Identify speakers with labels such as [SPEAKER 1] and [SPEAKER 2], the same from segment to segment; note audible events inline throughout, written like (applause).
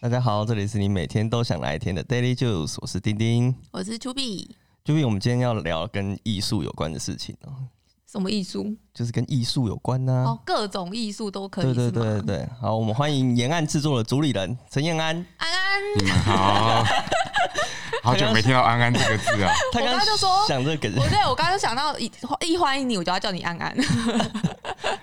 [SPEAKER 1] 大家好，这里是你每天都想来一天的 Daily Juice，我是丁丁。
[SPEAKER 2] 我是丘比，
[SPEAKER 1] 就是我们今天要聊跟艺术有关的事情哦，
[SPEAKER 2] 什么艺术？
[SPEAKER 1] 就是跟艺术有关呢、
[SPEAKER 2] 哦，各种艺术都可以，
[SPEAKER 1] 对对
[SPEAKER 2] 是吗
[SPEAKER 1] 对对，对，好，我们欢迎沿岸制作的主理人陈彦安。
[SPEAKER 2] 安安，
[SPEAKER 3] 你们嗯好，好久没听到“安安”这
[SPEAKER 1] (laughs)
[SPEAKER 3] 个字啊！
[SPEAKER 1] 他
[SPEAKER 2] 我刚
[SPEAKER 1] 刚
[SPEAKER 2] 刚就说
[SPEAKER 1] 想这个梗，
[SPEAKER 2] 我对我刚刚想到一一欢迎你，我就要叫你安安，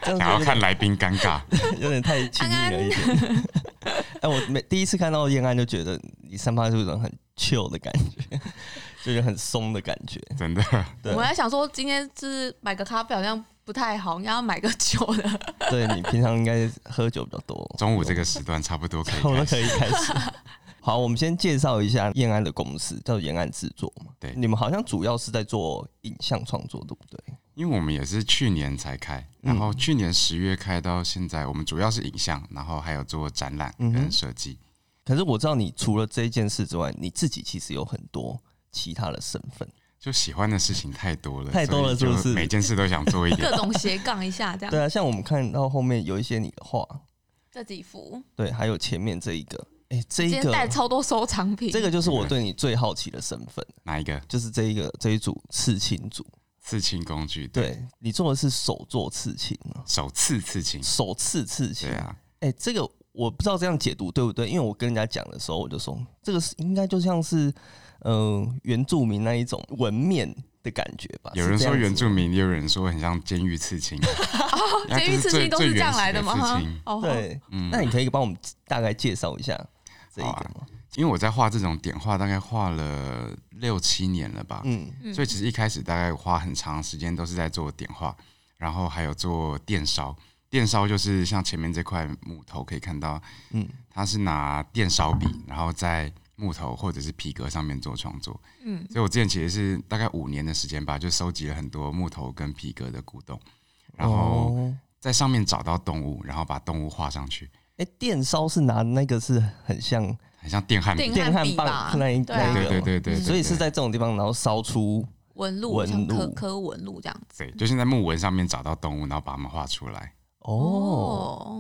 [SPEAKER 1] 这
[SPEAKER 3] 想
[SPEAKER 1] 样
[SPEAKER 3] 要
[SPEAKER 1] 子
[SPEAKER 3] 看来宾尴尬，
[SPEAKER 1] 有点太亲密了一点。 (laughs) 哎，我每第一次看到燕安就觉得你散发出一种很 chill 的感觉， (laughs) 就是很松的感觉。
[SPEAKER 3] 真的。
[SPEAKER 1] 对
[SPEAKER 2] 我还想说今天就是买个咖啡好像不太好，应该要买个酒的。
[SPEAKER 1] 对你平常应该喝酒比较多，
[SPEAKER 3] 中午这个时段差不多可以
[SPEAKER 1] (laughs) 我
[SPEAKER 3] 开
[SPEAKER 1] 们
[SPEAKER 3] 始。
[SPEAKER 1] 可以开始。 (laughs) 好，我们先介绍一下燕安的公司，叫燕安制作嘛。
[SPEAKER 3] 对
[SPEAKER 1] 你们好像主要是在做影像创作，对不对？
[SPEAKER 3] 因为我们也是去年才开，然
[SPEAKER 1] 嗯
[SPEAKER 3] 后去年十月开到现在，我们主要是影像，然后还有做展览
[SPEAKER 1] 嗯哼
[SPEAKER 3] 跟设计。
[SPEAKER 1] 可是我知道，你除了这件事之外，你自己其实有很多其他的身份。
[SPEAKER 3] 就喜欢的事情太多了，
[SPEAKER 1] 太多了
[SPEAKER 3] 所以就是
[SPEAKER 1] 不是
[SPEAKER 3] 每件事都想做一
[SPEAKER 1] (laughs)
[SPEAKER 3] 点
[SPEAKER 2] 各。种斜杠一下，这样
[SPEAKER 1] 对啊，像我们看到后面有一些你的画，
[SPEAKER 2] 这几幅，
[SPEAKER 1] 对，还有前面这一个，哎、这
[SPEAKER 2] 今
[SPEAKER 1] 一
[SPEAKER 2] 天带
[SPEAKER 1] 个，
[SPEAKER 2] 超多收藏品，
[SPEAKER 1] 这个就是我对你最好奇的身份，
[SPEAKER 3] 哪一个
[SPEAKER 1] 就是这一个这一组刺青组，
[SPEAKER 3] 刺青工具？，
[SPEAKER 1] 对你做的是手做刺青啊，
[SPEAKER 3] 首次刺青。
[SPEAKER 1] 手刺刺青
[SPEAKER 3] 对，啊，
[SPEAKER 1] 哎、这个我不知道这样解读对不对，因为我跟人家讲的时候，我就说这个是应该就像是嗯、呃原住民那一种纹面的感觉吧。
[SPEAKER 3] 有人
[SPEAKER 1] 是这
[SPEAKER 3] 说
[SPEAKER 1] 样子
[SPEAKER 3] 原住民，也有人说很像监狱刺青。 (laughs) 那
[SPEAKER 2] 监狱
[SPEAKER 3] 就
[SPEAKER 2] 刺
[SPEAKER 3] 最
[SPEAKER 2] 青都
[SPEAKER 3] 最
[SPEAKER 2] 是这样
[SPEAKER 3] 原始
[SPEAKER 2] 来
[SPEAKER 3] 的
[SPEAKER 2] 吗
[SPEAKER 3] 刺青？
[SPEAKER 2] 哦，
[SPEAKER 1] 对，
[SPEAKER 3] 嗯
[SPEAKER 1] 那你可以帮我们大概介绍一下这一个吗？
[SPEAKER 3] 因为我在画这种点画，大概画了六七年了吧，
[SPEAKER 1] 嗯，
[SPEAKER 2] 嗯
[SPEAKER 3] 所以其实一开始大概花很长时间都是在做点画，然后还有做电烧。电烧就是像前面这块木头可以看到，
[SPEAKER 1] 嗯
[SPEAKER 3] 嗯，它是拿电烧笔，然后在木头或者是皮革上面做创作。
[SPEAKER 2] 嗯，
[SPEAKER 3] 所以我之前其实是大概五年的时间吧，就收集了很多木头跟皮革的古董，然后
[SPEAKER 1] 哦
[SPEAKER 3] 在上面找到动物，然后把动物画上去，
[SPEAKER 1] 哎、电烧是拿那个是很像
[SPEAKER 3] 很像电焊笔。
[SPEAKER 2] 电
[SPEAKER 1] 电
[SPEAKER 2] 焊
[SPEAKER 1] 焊
[SPEAKER 2] 笔吧
[SPEAKER 1] 棒那一
[SPEAKER 2] 对啊
[SPEAKER 1] 那一
[SPEAKER 3] 对
[SPEAKER 1] 个，
[SPEAKER 3] 对对对，对
[SPEAKER 1] 所以是
[SPEAKER 3] 对
[SPEAKER 1] 在这种地方，然后烧出
[SPEAKER 2] 纹路，
[SPEAKER 1] 纹
[SPEAKER 2] 像科
[SPEAKER 1] 路
[SPEAKER 2] 科纹路这样子。
[SPEAKER 3] 对，就是在木纹上面找到动物，然后把它们画出来。
[SPEAKER 1] 哦，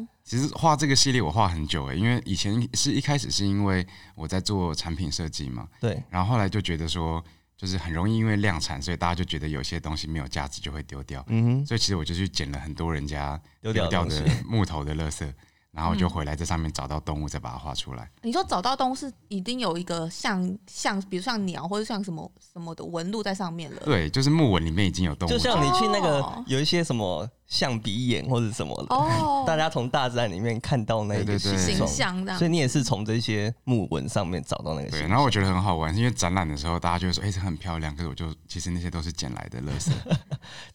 [SPEAKER 2] 哦，
[SPEAKER 3] 其实画这个系列我画很久诶、欸因为以前是一开始是因为我在做产品设计嘛，
[SPEAKER 1] 对，
[SPEAKER 3] 然后后来就觉得说，就是很容易因为量产，所以大家就觉得有些东西没有价值就会丢掉，
[SPEAKER 1] 嗯哼，
[SPEAKER 3] 所以其实我就去捡了很多人家
[SPEAKER 1] 丢掉
[SPEAKER 3] 丢
[SPEAKER 1] 的
[SPEAKER 3] 掉
[SPEAKER 1] 东西嗯
[SPEAKER 3] 的 (laughs) 木头的垃圾，然后我就回来在上面找到动物，再把它画出来。
[SPEAKER 2] 你说找到东西一定有一个像像，比如像鸟或者像什么什么的纹路在上面了。
[SPEAKER 3] 对，就是木纹里面已经有动物
[SPEAKER 1] 就
[SPEAKER 3] 了，
[SPEAKER 1] 像你去那个
[SPEAKER 2] 哦
[SPEAKER 1] 有一些什么象鼻眼或者什么的，
[SPEAKER 2] 哦，
[SPEAKER 1] 大家从大自然里面看到那一个
[SPEAKER 3] 对对对
[SPEAKER 1] 形
[SPEAKER 2] 形
[SPEAKER 1] 状，
[SPEAKER 2] 象这样
[SPEAKER 1] 所以。你也是从这些木纹上面找到那个
[SPEAKER 3] 对，
[SPEAKER 1] 形
[SPEAKER 3] 然后我觉得很好玩，因为展览的时候大家就会说，哎、这很漂亮，可是我就其实那些都是捡来的垃
[SPEAKER 1] (laughs)
[SPEAKER 3] 圾。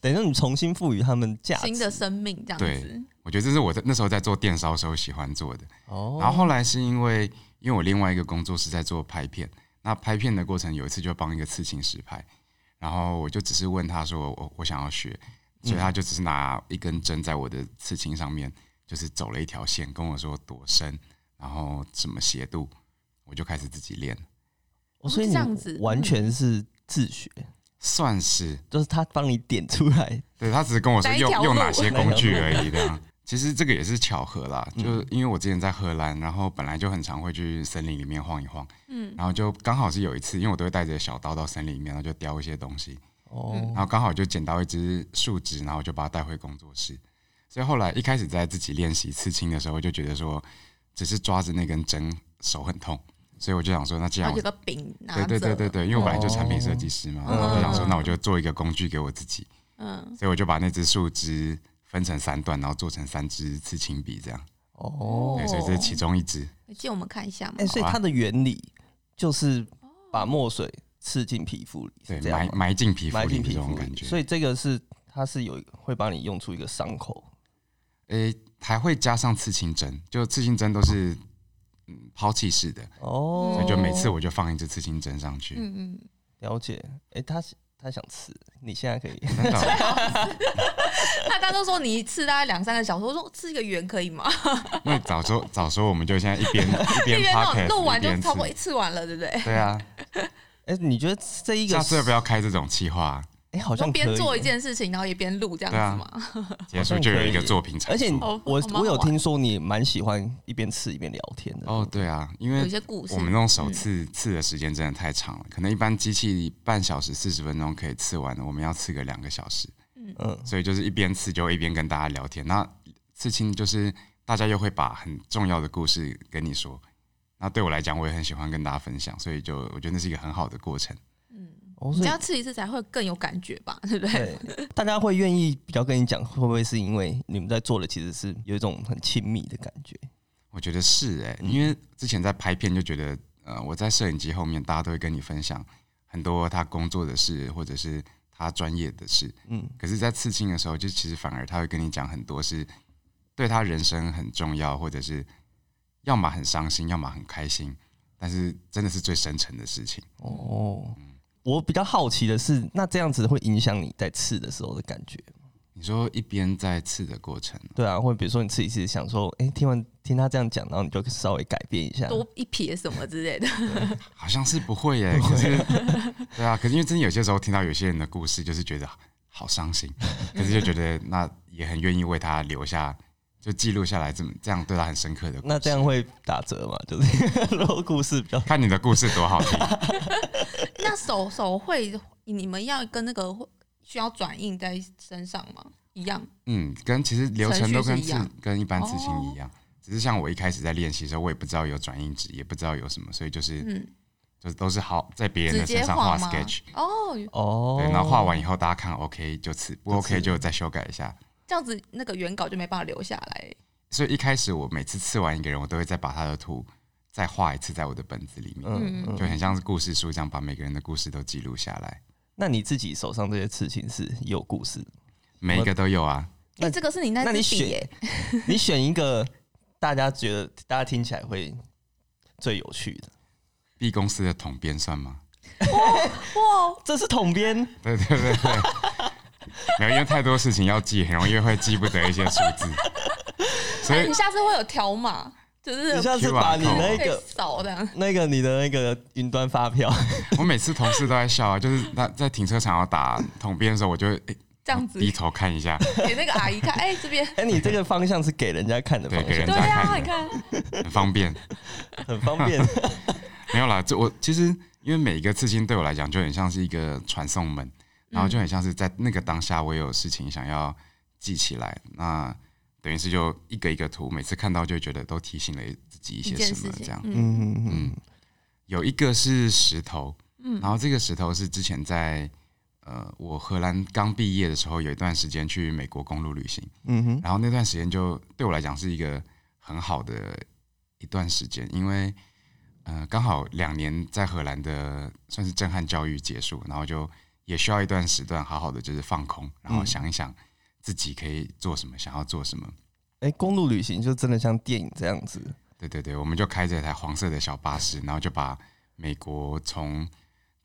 [SPEAKER 1] 等于说你重新赋予他们价值。
[SPEAKER 2] 新的生命这样子
[SPEAKER 3] 对。我觉得这是我在那时候在做电烧时候喜欢做的。
[SPEAKER 1] 哦，
[SPEAKER 3] 然后后来是因为，因为我另外一个工作是在做拍片，那拍片的过程有一次就帮一个刺青师拍，然后我就只是问他说我我想要学，所以他就只是拿一根针在我的刺青上面，就是走了一条线，跟我说多深，然后什么斜度，我就开始自己练，
[SPEAKER 1] 哦所以
[SPEAKER 2] 这样子嗯
[SPEAKER 1] 你完全是自学，
[SPEAKER 3] 算是
[SPEAKER 1] 就是他帮你点出来。
[SPEAKER 3] 对他只是跟我说
[SPEAKER 2] 哪一
[SPEAKER 3] 用
[SPEAKER 2] 条
[SPEAKER 3] 用
[SPEAKER 2] 路嗯
[SPEAKER 3] 哪些工具而已这
[SPEAKER 2] (laughs)
[SPEAKER 3] 样。其实这个也是巧合啦，就是因为我之前在荷兰，然后本来就很常会去森林里面晃一晃，
[SPEAKER 2] 嗯，
[SPEAKER 3] 然后就刚好是有一次，因为我都会带着小刀到森林里面，然后就叼一些东西，
[SPEAKER 1] 哦
[SPEAKER 2] 嗯
[SPEAKER 3] 然，后刚好就捡到一只树枝，然后我就把它带回工作室。所以后来一开始在自己练习刺青的时候，我就觉得说，只是抓着那根针手很痛，所以我就想说，那既
[SPEAKER 2] 然
[SPEAKER 3] 然
[SPEAKER 2] 后
[SPEAKER 3] 我
[SPEAKER 2] 有个饼拿
[SPEAKER 3] 对
[SPEAKER 2] 着，
[SPEAKER 3] 对对对对，因为我本
[SPEAKER 1] 哦
[SPEAKER 3] 来就产品设计师嘛，然后我就想说，
[SPEAKER 2] 嗯
[SPEAKER 3] 那我就做一个工具给我自己，
[SPEAKER 2] 嗯，
[SPEAKER 3] 所以我就把那只树枝分成三段，然后做成三支刺青笔这样。
[SPEAKER 1] 哦，
[SPEAKER 3] 对，所以这是其中一支。
[SPEAKER 2] 你借我们看一下嘛
[SPEAKER 1] 哎、。
[SPEAKER 3] 啊
[SPEAKER 1] 所以它的原理就是把墨水刺进皮肤里，
[SPEAKER 3] 对
[SPEAKER 1] 是，这样
[SPEAKER 3] 埋
[SPEAKER 1] 吗
[SPEAKER 3] 埋进皮肤
[SPEAKER 1] 埋
[SPEAKER 3] 里
[SPEAKER 1] 进
[SPEAKER 3] 的
[SPEAKER 1] 皮
[SPEAKER 3] 这
[SPEAKER 1] 肤
[SPEAKER 3] 种
[SPEAKER 1] 里
[SPEAKER 3] 感觉，
[SPEAKER 1] 所以这个是它是有一个会帮你用出一个伤口。
[SPEAKER 3] 诶、还会加上刺青针，就刺青针都是嗯抛弃式的，
[SPEAKER 1] 哦，
[SPEAKER 3] 所以就每次我就放一支刺青针上去。
[SPEAKER 2] 嗯嗯， (laughs)
[SPEAKER 1] 了解。哎、他他想吃，你现在可以。
[SPEAKER 3] 真的，
[SPEAKER 2] 他当初说你一次大概两三个小时，我说吃一个圆可以吗？
[SPEAKER 3] 因为早说早说我们就现在一
[SPEAKER 2] (laughs)
[SPEAKER 3] 边一
[SPEAKER 2] 一
[SPEAKER 3] (laughs) 边
[SPEAKER 2] 边那种
[SPEAKER 3] podcast
[SPEAKER 2] 录完
[SPEAKER 3] 一
[SPEAKER 2] 就
[SPEAKER 3] 边
[SPEAKER 2] 差不多一
[SPEAKER 3] 刺。
[SPEAKER 2] 次完了，对不对？
[SPEAKER 3] 对啊，
[SPEAKER 1] 哎、你觉得这一个
[SPEAKER 3] 下次要不要开这种企划啊？
[SPEAKER 1] 哎、哎、好
[SPEAKER 2] 就
[SPEAKER 1] 像可
[SPEAKER 2] 边
[SPEAKER 1] 以
[SPEAKER 2] 做一
[SPEAKER 1] 耶
[SPEAKER 2] 件事情，然后也边录这样
[SPEAKER 3] 对啊
[SPEAKER 2] 子嘛。
[SPEAKER 3] 结束就有一个作品产
[SPEAKER 1] 而且
[SPEAKER 3] 出
[SPEAKER 1] 你
[SPEAKER 2] 哦
[SPEAKER 1] 我
[SPEAKER 2] 好蛮好
[SPEAKER 1] 我有
[SPEAKER 2] 玩
[SPEAKER 1] 听说你蛮喜欢一边吃一边聊天的
[SPEAKER 3] 哦，对啊，因
[SPEAKER 2] 有
[SPEAKER 3] 为
[SPEAKER 2] 一些故事，
[SPEAKER 3] 我们那种手刺刺的时间真的太长了，可能一般机器半小时四十分钟可以刺完的，我们要刺个两个小时，
[SPEAKER 1] 嗯，
[SPEAKER 3] 所以就是一边刺就会一边跟大家聊天。那刺青就是大家又会把很重要的故事跟你说，那对我来讲我也很喜欢跟大家分享，所以就我觉得那是一个很好的过程。
[SPEAKER 1] 哦，
[SPEAKER 2] 你
[SPEAKER 1] 所
[SPEAKER 2] 只
[SPEAKER 1] 以
[SPEAKER 2] 要吃一次才会更有感觉吧， (laughs) 对不对？
[SPEAKER 1] 对，大家会愿意比较跟你讲，会不会是因为你们在做的其实是有一种很亲密的感觉？
[SPEAKER 3] 我觉得是哎、因为之前在拍片就觉得，呃，我在摄影机后面，大家都会跟你分享很多他工作的事，或者是他专业的事。
[SPEAKER 1] 嗯，
[SPEAKER 3] 可是，在刺青的时候，就其实反而他会跟你讲很多是对他人生很重要，或者是要么很伤心，要么很开心，但是真的是最深沉的事情。
[SPEAKER 1] 哦，我比较好奇的是，那这样子会影响你在刺的时候的感觉吗？
[SPEAKER 3] 你说一边在刺的过程，
[SPEAKER 1] 对啊，或者比如说你刺一次，想说，哎、听完听他这样讲，然后你就稍微改变一下。
[SPEAKER 2] 多一撇什么之类的， (laughs)
[SPEAKER 3] 好像是不会耶、可是对啊，可是因为真的有些时候听到有些人的故事，就是觉得好伤心，可是就觉得那也很愿意为他留下，就记录下来这么这样对他很深刻的故事。
[SPEAKER 1] 那这样会打折嘛？就是 (laughs) 如果故事比较
[SPEAKER 3] 看你的故事多好听，
[SPEAKER 2] 那手手绘你们要跟那个需要转印在身上吗？一样，
[SPEAKER 3] 嗯，跟其实流程都
[SPEAKER 2] 程
[SPEAKER 3] 跟
[SPEAKER 2] 序是一
[SPEAKER 3] 刺
[SPEAKER 2] 样哦
[SPEAKER 3] 跟一般刺青一样，只是像我一开始在练习的时候，我也不知道有转印纸，也不知道有什么，所以就是、
[SPEAKER 2] 嗯，
[SPEAKER 3] 就是都是好在别人
[SPEAKER 2] 直
[SPEAKER 3] 的
[SPEAKER 2] 接
[SPEAKER 3] 身上画
[SPEAKER 2] 吗
[SPEAKER 3] sketch，？
[SPEAKER 2] 哦，
[SPEAKER 1] 哦
[SPEAKER 3] 对，然后画完以后大家看 OK 就刺，不
[SPEAKER 1] 就刺
[SPEAKER 3] OK 就再修改一下。
[SPEAKER 2] 这样子那个原稿就没办法留下来。
[SPEAKER 3] 所以一开始我每次刺完一个人，我都会再把他的图再画一次在我的本子里面，
[SPEAKER 1] 嗯
[SPEAKER 2] 嗯
[SPEAKER 3] 就很像是故事书这样，把每个人的故事都记录下来，
[SPEAKER 1] 那你自己手上这些刺青是有故事的，
[SPEAKER 3] 每一个都有啊。
[SPEAKER 2] 哎、
[SPEAKER 1] 那
[SPEAKER 2] 这个是你那
[SPEAKER 1] 那你
[SPEAKER 2] 支笔
[SPEAKER 1] 选
[SPEAKER 2] 耶，
[SPEAKER 1] 你选一个大家觉得大家听起来会最有趣的，
[SPEAKER 3] B 公司的统编算吗？
[SPEAKER 2] 哇，
[SPEAKER 1] 这是统编
[SPEAKER 3] (laughs) 对对对对，没有，因为太多事情要记，很容易会记不得一些数
[SPEAKER 2] (laughs)
[SPEAKER 3] 字，所
[SPEAKER 2] 哎、
[SPEAKER 3] 以
[SPEAKER 2] 你下次会有条码，
[SPEAKER 3] 啊
[SPEAKER 2] 就是
[SPEAKER 1] 你下次把你那
[SPEAKER 2] 可以
[SPEAKER 1] 个
[SPEAKER 2] 扫的。
[SPEAKER 1] 那个你的那个云端发
[SPEAKER 3] (laughs)
[SPEAKER 1] 票，
[SPEAKER 3] 我每次同事都在笑啊，就是他在停车场要打统编的时候，我就会、哎
[SPEAKER 2] 这样子
[SPEAKER 3] 低头看一下，
[SPEAKER 2] 给那个阿姨看，哎、这边
[SPEAKER 1] 哎、你这个方向是给人家看的
[SPEAKER 2] (laughs)
[SPEAKER 1] 方
[SPEAKER 3] 对给人
[SPEAKER 2] 对
[SPEAKER 1] 向，
[SPEAKER 2] 啊，你看，
[SPEAKER 3] 很方便。
[SPEAKER 1] 很方便。
[SPEAKER 3] 没有啦，这我其实因为每一个刺青对我来讲就很像是一个传送门，然后就很像是在那个当下我有事情想要记起来，那等于是就一个一个图，每次看到就会觉得都提醒了自己一
[SPEAKER 2] 一
[SPEAKER 3] 些
[SPEAKER 2] 件
[SPEAKER 3] 什
[SPEAKER 2] 事
[SPEAKER 3] 么
[SPEAKER 2] 情
[SPEAKER 3] 这样。，
[SPEAKER 2] 嗯，
[SPEAKER 1] 嗯嗯嗯
[SPEAKER 3] (laughs) 嗯，有一个是石头，然后这个石头是之前在呃我荷兰刚毕业的时候有一段时间去美国公路旅行，
[SPEAKER 1] 嗯哼，
[SPEAKER 3] 然后那段时间就对我来讲是一个很好的一段时间，因为呃刚好两年在荷兰的算是震撼教育结束，然后就也需要一段时段好好的就是放空，然后想一想自己可以做什么，想要做什么。
[SPEAKER 1] 哎、公路旅行就真的像电影这样子，
[SPEAKER 3] 对对对，我们就开着一台黄色的小巴士，然后就把美国从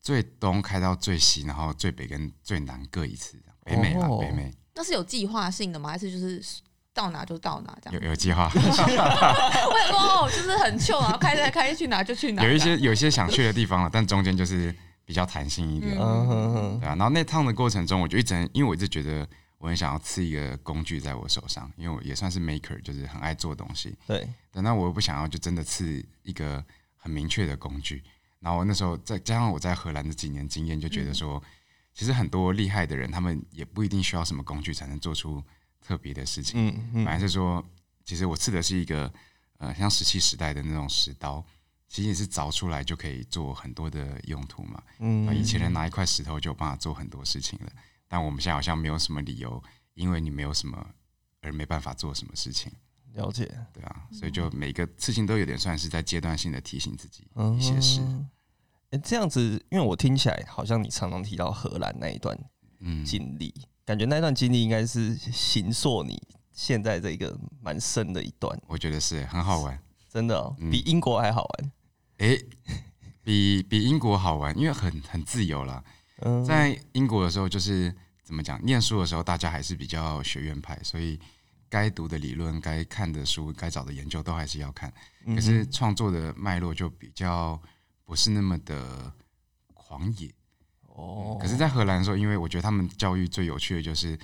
[SPEAKER 3] 最东开到最西，然后最北跟最南各一次，北美啦，
[SPEAKER 1] 哦
[SPEAKER 3] 北美
[SPEAKER 2] 那是有计划性的吗？还是就是到哪就到哪这
[SPEAKER 3] 有
[SPEAKER 2] 样？
[SPEAKER 3] 有计划。
[SPEAKER 2] (laughs) 我也哦，就是很秀，然后开来开去哪就去哪。
[SPEAKER 3] 有一些有一些想去的地方了，但中间就是比较弹性一点，
[SPEAKER 2] 嗯
[SPEAKER 1] 嗯哼哼，
[SPEAKER 3] 对啊。然后那趟的过程中，我就一直因为我一直觉得我很想要刺一个工具在我手上，因为我也算是 maker，就是很爱做东西。
[SPEAKER 1] 对，
[SPEAKER 3] 但那我又不想要就真的刺一个很明确的工具。然后我那时候再加上我在荷兰的几年经验，就觉得
[SPEAKER 1] 嗯
[SPEAKER 3] 说，其实很多厉害的人，他们也不一定需要什么工具才能做出特别的事情。
[SPEAKER 1] 嗯嗯
[SPEAKER 3] 反而是说，其实我刺的是一个呃，像石器时代的那种石刀，其实也是凿出来就可以做很多的用途嘛。啊以
[SPEAKER 1] 嗯，
[SPEAKER 3] 前人拿一块石头就有办法做很多事情了，但我们现在好像没有什么理由，因为你没有什么而没办法做什么事情，
[SPEAKER 1] 嗯了解，
[SPEAKER 3] 对啊，
[SPEAKER 1] 嗯
[SPEAKER 3] 所以就每个事情都有点算是在阶段性的提醒自己一些事。
[SPEAKER 1] 嗯哎、这样子，因为我听起来好像你常常提到荷兰那一段
[SPEAKER 3] 嗯，
[SPEAKER 1] 经历，感觉那段经历应该是形塑你现在这个蛮深的一段，
[SPEAKER 3] 我觉得是很好玩，
[SPEAKER 1] 真的、哦
[SPEAKER 3] 嗯
[SPEAKER 1] 比英国还好玩。
[SPEAKER 3] 诶、比比英国好玩，因为很很自由啦。
[SPEAKER 1] 嗯，
[SPEAKER 3] 在英国的时候，就是怎么讲，念书的时候大家还是比较学院派，所以该读的理论、该看的书、该找的研究都还是要看。
[SPEAKER 1] 嗯
[SPEAKER 3] 可是创作的脉络就比较不是那么的狂野，
[SPEAKER 1] 哦，
[SPEAKER 3] 可是，在荷兰的时候，因为我觉得他们教育最有趣的就是，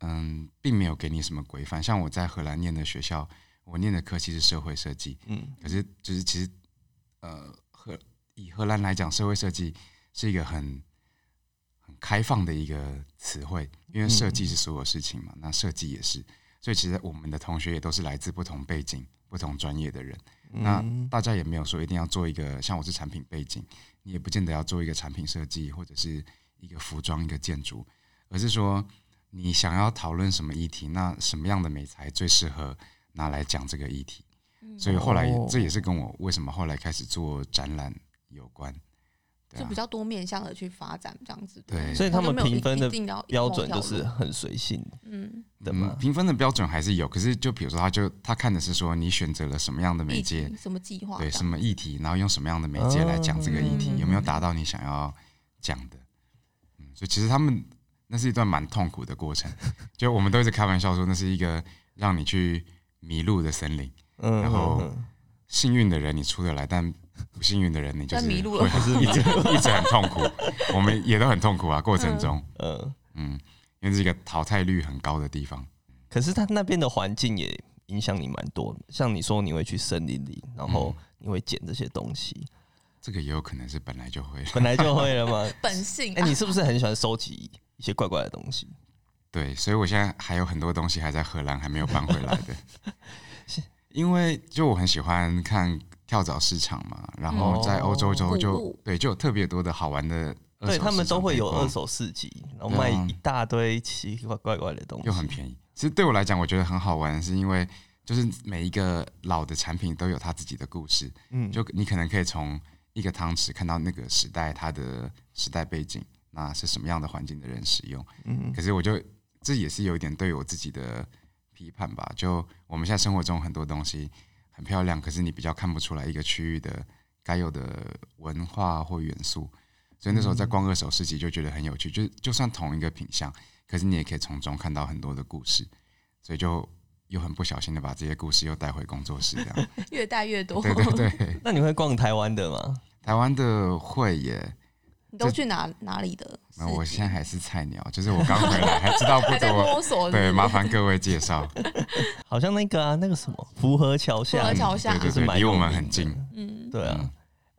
[SPEAKER 3] 嗯，并没有给你什么规范。像我在荷兰念的学校，我念的科系是社会设计，
[SPEAKER 1] 嗯
[SPEAKER 3] 可是就是其实，呃，荷以荷兰来讲，社会设计是一个很很开放的一个词汇，因为设
[SPEAKER 1] 嗯
[SPEAKER 3] 计是所有事情嘛，那设计也是，所以其实我们的同学也都是来自不同背景、不同专业的人，那
[SPEAKER 1] 嗯
[SPEAKER 3] 大家也没有说一定要做一个，像我是产品背景，你也不见得要做一个产品设计或者是一个服装、一个建筑，而是说你想要讨论什么议题，那什么样的美材最适合拿来讲这个议题。
[SPEAKER 2] 嗯
[SPEAKER 3] 所以后来
[SPEAKER 1] 哦
[SPEAKER 3] 这也是跟我为什么后来开始做展览有关。对
[SPEAKER 2] 就
[SPEAKER 3] 啊
[SPEAKER 2] 比，较多面向的去发展这样子。
[SPEAKER 3] 对
[SPEAKER 1] 所以他们
[SPEAKER 2] 就没有一
[SPEAKER 1] 评分的
[SPEAKER 2] 一定要
[SPEAKER 1] 标准就
[SPEAKER 2] 某
[SPEAKER 1] 是
[SPEAKER 2] 条路
[SPEAKER 1] 很随性
[SPEAKER 2] 嗯，
[SPEAKER 1] 的嘛
[SPEAKER 3] 嗯，评分的标准还是有，可是就比如说，他就他看的是说你选择了什么样的媒介
[SPEAKER 2] 议，题什么计划这
[SPEAKER 3] 对
[SPEAKER 2] 样？
[SPEAKER 3] 什么议题，然后用什么样的媒介来讲这个议题，
[SPEAKER 2] 嗯
[SPEAKER 3] 有没有达到你想要讲的？嗯，所以其实他们那是一段蛮痛苦的过程，就我们都一直开玩笑说那是一个让你去迷路的森林，
[SPEAKER 1] 嗯，
[SPEAKER 3] 然后
[SPEAKER 1] 嗯嗯
[SPEAKER 3] 幸运的人你出得来，但不幸运的人你就
[SPEAKER 2] 但
[SPEAKER 3] 是
[SPEAKER 2] 迷路
[SPEAKER 3] 会
[SPEAKER 2] 了，
[SPEAKER 1] 是
[SPEAKER 3] (laughs) 一直一直很痛苦，我们也都很痛苦啊，过程中，
[SPEAKER 1] 呃，
[SPEAKER 3] 嗯，因为是一个淘汰率很高的地方，
[SPEAKER 1] 可是他那边的环境也影响你蛮多的，像你说你会去森林里，然后
[SPEAKER 3] 嗯
[SPEAKER 1] 你会捡这些东西，
[SPEAKER 3] 这个也有可能是本来就会，
[SPEAKER 1] 本来就会了
[SPEAKER 2] (laughs)
[SPEAKER 1] 嘛。
[SPEAKER 2] 本性
[SPEAKER 1] 哎、
[SPEAKER 2] 啊
[SPEAKER 1] 你是不是很喜欢收集一些怪怪的东西？
[SPEAKER 3] 对，所以我现在还有很多东西还在荷兰还没有搬回来
[SPEAKER 1] (laughs)
[SPEAKER 3] 的，因为就我很喜欢看跳蚤市场嘛，然后在欧洲就
[SPEAKER 2] 哦
[SPEAKER 3] 就、
[SPEAKER 2] 古物
[SPEAKER 3] 对就有特别多的好玩的二手
[SPEAKER 1] 对
[SPEAKER 3] 市场可以逛，
[SPEAKER 1] 他们都会有二手市集，然后
[SPEAKER 3] 对啊
[SPEAKER 1] 卖一大堆奇奇怪怪怪的东西，
[SPEAKER 3] 又很便宜。其实对我来讲，我觉得很好玩，是因为就是每一个老的产品都有它自己的故事，
[SPEAKER 1] 嗯，
[SPEAKER 3] 就你可能可以从一个汤匙看到那个时代它的时代背景，那是什么样的环境的人使用。
[SPEAKER 1] 嗯
[SPEAKER 3] 可是我就这也是有一点对我自己的批判吧。就我们现在生活中很多东西很漂亮，可是你比较看不出来一个区域的该有的文化或元素。所以那时候
[SPEAKER 2] 嗯
[SPEAKER 3] 在逛二手市集就觉得很有趣，就就算同一个品相，可是你也可以从中看到很多的故事。所以就又很不小心的把这些故事又带回工作室，这样。
[SPEAKER 2] 啊越带越多。
[SPEAKER 3] 对对对，
[SPEAKER 1] 那你会逛台湾的吗？
[SPEAKER 3] 台湾的会耶，
[SPEAKER 2] 你都去哪哪里的市集？
[SPEAKER 3] 那我现在还是菜鸟，就是我刚回来还知道不
[SPEAKER 2] 还在
[SPEAKER 3] 多。
[SPEAKER 2] 摸索。
[SPEAKER 3] 对，
[SPEAKER 2] 是不是
[SPEAKER 3] 麻烦各位介绍。
[SPEAKER 1] 好像那个啊，那个什么福和桥下，
[SPEAKER 2] 福和桥
[SPEAKER 3] 对
[SPEAKER 2] 下
[SPEAKER 1] 就
[SPEAKER 3] 对
[SPEAKER 1] 是
[SPEAKER 3] 对，
[SPEAKER 1] 蛮
[SPEAKER 3] 离我们
[SPEAKER 1] 有名
[SPEAKER 3] 很
[SPEAKER 1] 的
[SPEAKER 3] 近。
[SPEAKER 2] 嗯，
[SPEAKER 1] 对啊
[SPEAKER 3] 嗯，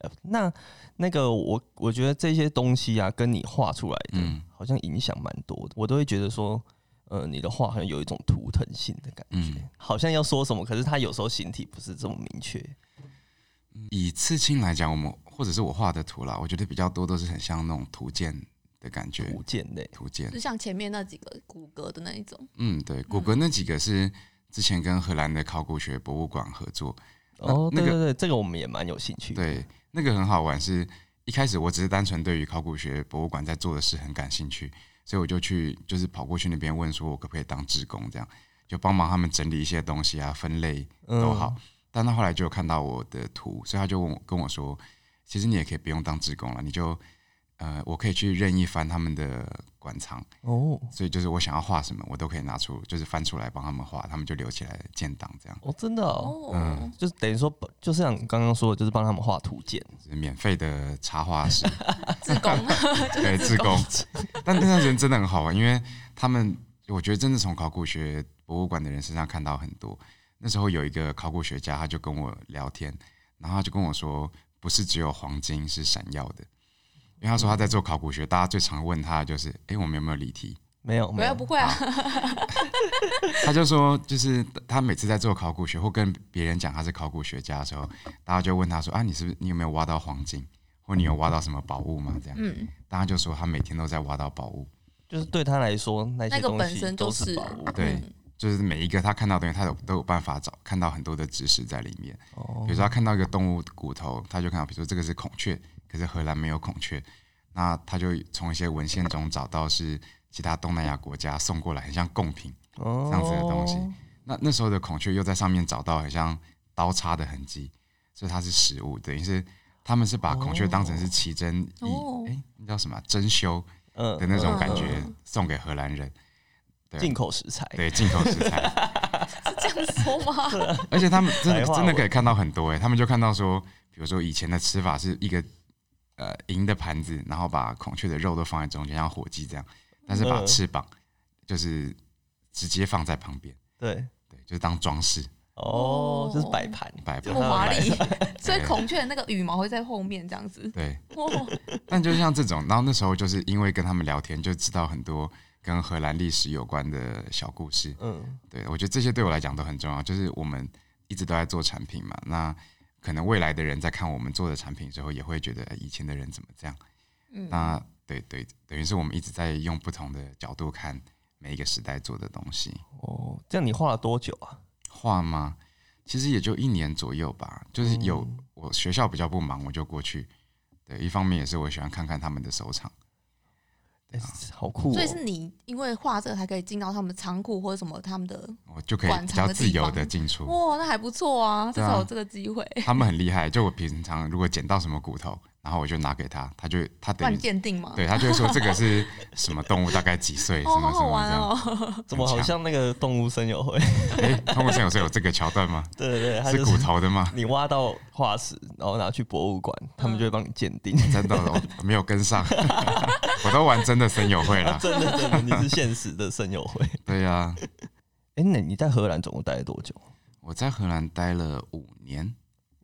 [SPEAKER 1] 呃那那个我我觉得这些东西啊，跟你画出来的，
[SPEAKER 3] 嗯
[SPEAKER 1] 好像影响蛮多的。我都会觉得说，呃，你的画好像有一种图腾性的感觉，
[SPEAKER 3] 嗯
[SPEAKER 1] 好像要说什么，可是它有时候形体不是这么明确。
[SPEAKER 3] 以刺青来讲，我们或者是我画的图啦，我觉得比较多都是很像那种图鉴的感觉。
[SPEAKER 1] 图鉴类，
[SPEAKER 3] 图鉴
[SPEAKER 2] 就，像前面那几个骨骼的那一种，
[SPEAKER 3] 嗯，对，骨骼那几个是之前跟荷兰的考古学博物馆合作，那
[SPEAKER 1] 哦，
[SPEAKER 3] 那
[SPEAKER 1] 对
[SPEAKER 3] 个
[SPEAKER 1] 对对，这个我们也蛮有兴趣的。
[SPEAKER 3] 对，那个很好玩是。一开始我只是单纯对于考古学博物馆在做的事很感兴趣，所以我就去就是跑过去那边问说，我可不可以当志工这样，就帮忙他们整理一些东西啊，分类
[SPEAKER 1] 嗯
[SPEAKER 3] 都好。但他后来就有看到我的图，所以他就问我跟我说，其实你也可以不用当志工了，你就呃，我可以去任意翻他们的馆藏，
[SPEAKER 1] 哦。
[SPEAKER 3] 所以就是我想要画什么，我都可以拿出，就是翻出来帮他们画，他们就留起来建档，这样
[SPEAKER 1] 哦，真的哦，
[SPEAKER 2] 哦，
[SPEAKER 3] 嗯
[SPEAKER 1] 就是等于说，就像你刚刚说的，就是帮他们画图鉴，
[SPEAKER 3] 就是免费的插画师，
[SPEAKER 2] 自
[SPEAKER 3] (laughs)
[SPEAKER 2] 宫
[SPEAKER 3] 对，哎自工。但那段时间真的很好玩，因为他们我觉得真的从考古学博物馆的人身上看到很多。那时候有一个考古学家，他就跟我聊天，然后他就跟我说，不是只有黄金是闪耀的，因为他说他在做考古学，大家最常问他的就是，诶，我们有没有离题？
[SPEAKER 1] 没有
[SPEAKER 2] 不
[SPEAKER 1] 没
[SPEAKER 2] 要
[SPEAKER 1] 有，
[SPEAKER 2] 不会啊， (laughs)
[SPEAKER 3] 他就说，就是他每次在做考古学或跟别人讲他是考古学家的时候，大家就问他说：“啊，你是不是你有没有挖到黄金，或你有挖到什么宝物吗？”这样，
[SPEAKER 2] 嗯，
[SPEAKER 3] 大家就说他每天都在挖到宝物，
[SPEAKER 1] 就是对他来说那
[SPEAKER 2] 那
[SPEAKER 1] 些
[SPEAKER 2] 个
[SPEAKER 1] 东
[SPEAKER 2] 本
[SPEAKER 1] 西
[SPEAKER 2] 身就
[SPEAKER 1] 都
[SPEAKER 2] 是
[SPEAKER 1] 宝物，
[SPEAKER 3] 对
[SPEAKER 2] 嗯
[SPEAKER 3] 就是每一个他看到的东西，他有都有办法找看到很多的知识在里面。
[SPEAKER 1] 哦
[SPEAKER 3] 比如说他看到一个动物骨头，他就看到，比如说这个是孔雀，可是荷兰没有孔雀，那他就从一些文献中找到是其他东南亚国家送过来，很 (laughs) 像贡品。
[SPEAKER 1] 这
[SPEAKER 3] 样子的东西
[SPEAKER 1] 哦
[SPEAKER 3] 那那时候的孔雀又在上面找到很像刀叉的痕迹，所以它是食物，等于是他们是把孔雀当成是奇珍异，哎、
[SPEAKER 2] 哦
[SPEAKER 3] 那叫什么啊珍馐
[SPEAKER 1] 嗯
[SPEAKER 3] 的那种感
[SPEAKER 2] 嗯
[SPEAKER 3] 觉
[SPEAKER 2] 嗯嗯
[SPEAKER 3] 送给荷兰人，对
[SPEAKER 1] 进口食材，
[SPEAKER 3] 对进口食材，
[SPEAKER 2] 是这样说
[SPEAKER 1] (laughs)
[SPEAKER 2] 吗？
[SPEAKER 1] 啊
[SPEAKER 3] 而且他们真的
[SPEAKER 1] 白话
[SPEAKER 3] 真的可以
[SPEAKER 1] 文
[SPEAKER 3] 看到很多哎、他们就看到说，比如说以前的吃法是一个呃银的盘子，然后把孔雀的肉都放在中间，像火鸡这样，但是把
[SPEAKER 1] 嗯
[SPEAKER 3] 翅膀就是直接放在旁边，
[SPEAKER 1] 对，
[SPEAKER 3] 对，就是当装饰
[SPEAKER 1] 哦，这是摆盘，
[SPEAKER 3] 摆
[SPEAKER 2] 这
[SPEAKER 3] 盘
[SPEAKER 2] 么。华
[SPEAKER 1] 啊
[SPEAKER 2] 丽，所以
[SPEAKER 3] 对
[SPEAKER 2] 孔雀的那个羽毛会在后面这样子。
[SPEAKER 3] 对，
[SPEAKER 2] 哇，
[SPEAKER 3] 但就像这种，然后那时候就是因为跟他们聊天，就知道很多跟荷兰历史有关的小故事。
[SPEAKER 1] 嗯，
[SPEAKER 3] 对，我觉得这些对我来讲都很重要。就是我们一直都在做产品嘛，那可能未来的人在看我们做的产品之后，也会觉得、哎以前的人怎么这样？
[SPEAKER 2] 嗯，
[SPEAKER 3] 那对对，等于是我们一直在用不同的角度看每一个时代做的东西。
[SPEAKER 1] 哦，这样你画了多久啊？
[SPEAKER 3] 画吗？其实也就一年左右吧，就是有、
[SPEAKER 1] 嗯
[SPEAKER 3] 我学校比较不忙，我就过去。对，一方面也是我喜欢看看他们的收藏。
[SPEAKER 1] 哎好酷、哦，
[SPEAKER 2] 所以是你因为画这个还可以进到他们仓库或者什么他们的，
[SPEAKER 3] 我就可以
[SPEAKER 2] 馆
[SPEAKER 3] 比
[SPEAKER 2] 藏
[SPEAKER 3] 较
[SPEAKER 2] 的
[SPEAKER 3] 自
[SPEAKER 2] 地
[SPEAKER 3] 由
[SPEAKER 2] 方
[SPEAKER 3] 的进出。
[SPEAKER 2] 哇，那还不错啊，至
[SPEAKER 3] 哦对啊
[SPEAKER 2] 少有这个机会。
[SPEAKER 3] 他们很厉害，就我平常如果捡到什么骨头，然后我就拿给他，他就他等
[SPEAKER 2] 帮
[SPEAKER 3] 于
[SPEAKER 2] 你鉴定吗？
[SPEAKER 3] 对他就会说这个是什么动物，大概几岁，什
[SPEAKER 2] 哦，好
[SPEAKER 3] 么什
[SPEAKER 2] 好
[SPEAKER 3] 么
[SPEAKER 2] 玩
[SPEAKER 3] 这样。
[SPEAKER 2] 哦。 (laughs)
[SPEAKER 1] 怎么好像那个动物森友会？ (laughs)
[SPEAKER 3] 哎、动物森友会有这个桥段吗？
[SPEAKER 1] 对对对，它
[SPEAKER 3] 是
[SPEAKER 1] 就
[SPEAKER 3] 骨
[SPEAKER 1] 是
[SPEAKER 3] 头的吗？
[SPEAKER 1] 你挖到化石，然后拿去博物馆，他
[SPEAKER 2] 嗯
[SPEAKER 1] 们就会帮你鉴定。。
[SPEAKER 3] 真的，我我哦没有跟上， (laughs) 我都玩真的森友会
[SPEAKER 1] (laughs)
[SPEAKER 3] 了
[SPEAKER 1] 真的真的，你是现实的森友会。 (laughs)
[SPEAKER 3] 对呀、
[SPEAKER 1] 哎、那你在荷兰总共待了多久？
[SPEAKER 3] 我在荷兰待了五年，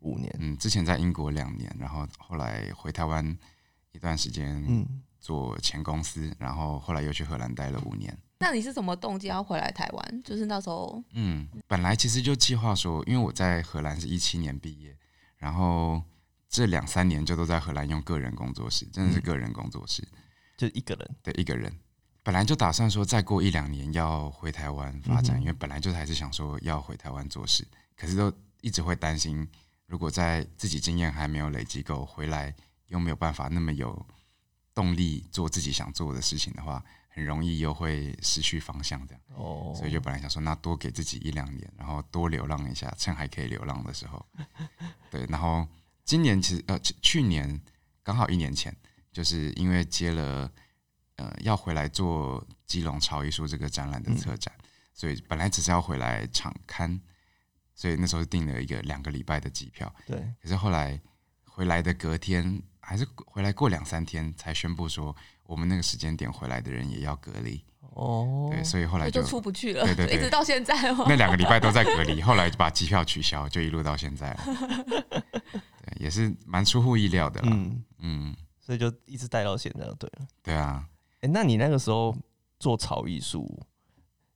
[SPEAKER 1] 五年。
[SPEAKER 3] 嗯，之前在英国两年，然后后来回台湾一段时间
[SPEAKER 1] 嗯，
[SPEAKER 3] 做前公司，然后后来又去荷兰待了五年。
[SPEAKER 2] 那你是什么动机要回来台湾？就是那时候，
[SPEAKER 3] 嗯，本来其实就计划说，因为我在荷兰是一七年毕业，然后这两三年就都在荷兰用个人工作室，真的是个人工作室
[SPEAKER 1] 就一个人。
[SPEAKER 3] 的一个人。本来就打算说，再过一两年要回台湾发展，
[SPEAKER 1] 嗯哼
[SPEAKER 3] 因为本来就还是想说要回台湾做事，可是都一直会担心，如果在自己经验还没有累积够，回来又没有办法那么有动力做自己想做的事情的话，很容易又会失去方向这样。
[SPEAKER 1] 哦，
[SPEAKER 3] 所以就本来想说，那多给自己一两年，然后多流浪一下，趁还可以流浪的时候。对，然后今年其实呃，去去年刚好一年前，就是因为接了呃要回来做基隆潮艺术这个展览的策展，所以本来只是要回来场刊，所以那时候订了一个两个礼拜的机票，
[SPEAKER 1] 对，
[SPEAKER 3] 可是后来回来的隔天，还是回来过两三天才宣布说，我们那个时间点回来的人也要隔离。
[SPEAKER 1] 哦，
[SPEAKER 3] 对，所以后来
[SPEAKER 2] 我
[SPEAKER 3] 就
[SPEAKER 2] 就出不去了，
[SPEAKER 3] 对对对
[SPEAKER 2] (laughs) 一直到现在哦。
[SPEAKER 3] (laughs) 那两个礼拜都在隔离， (laughs) 后来就把机票取消，就一路到现在了。对，也是蛮出乎意料的啦。嗯
[SPEAKER 1] 嗯，所以就一直待到现在就对了。
[SPEAKER 3] 对啊，
[SPEAKER 1] 哎、那你那个时候做潮艺术，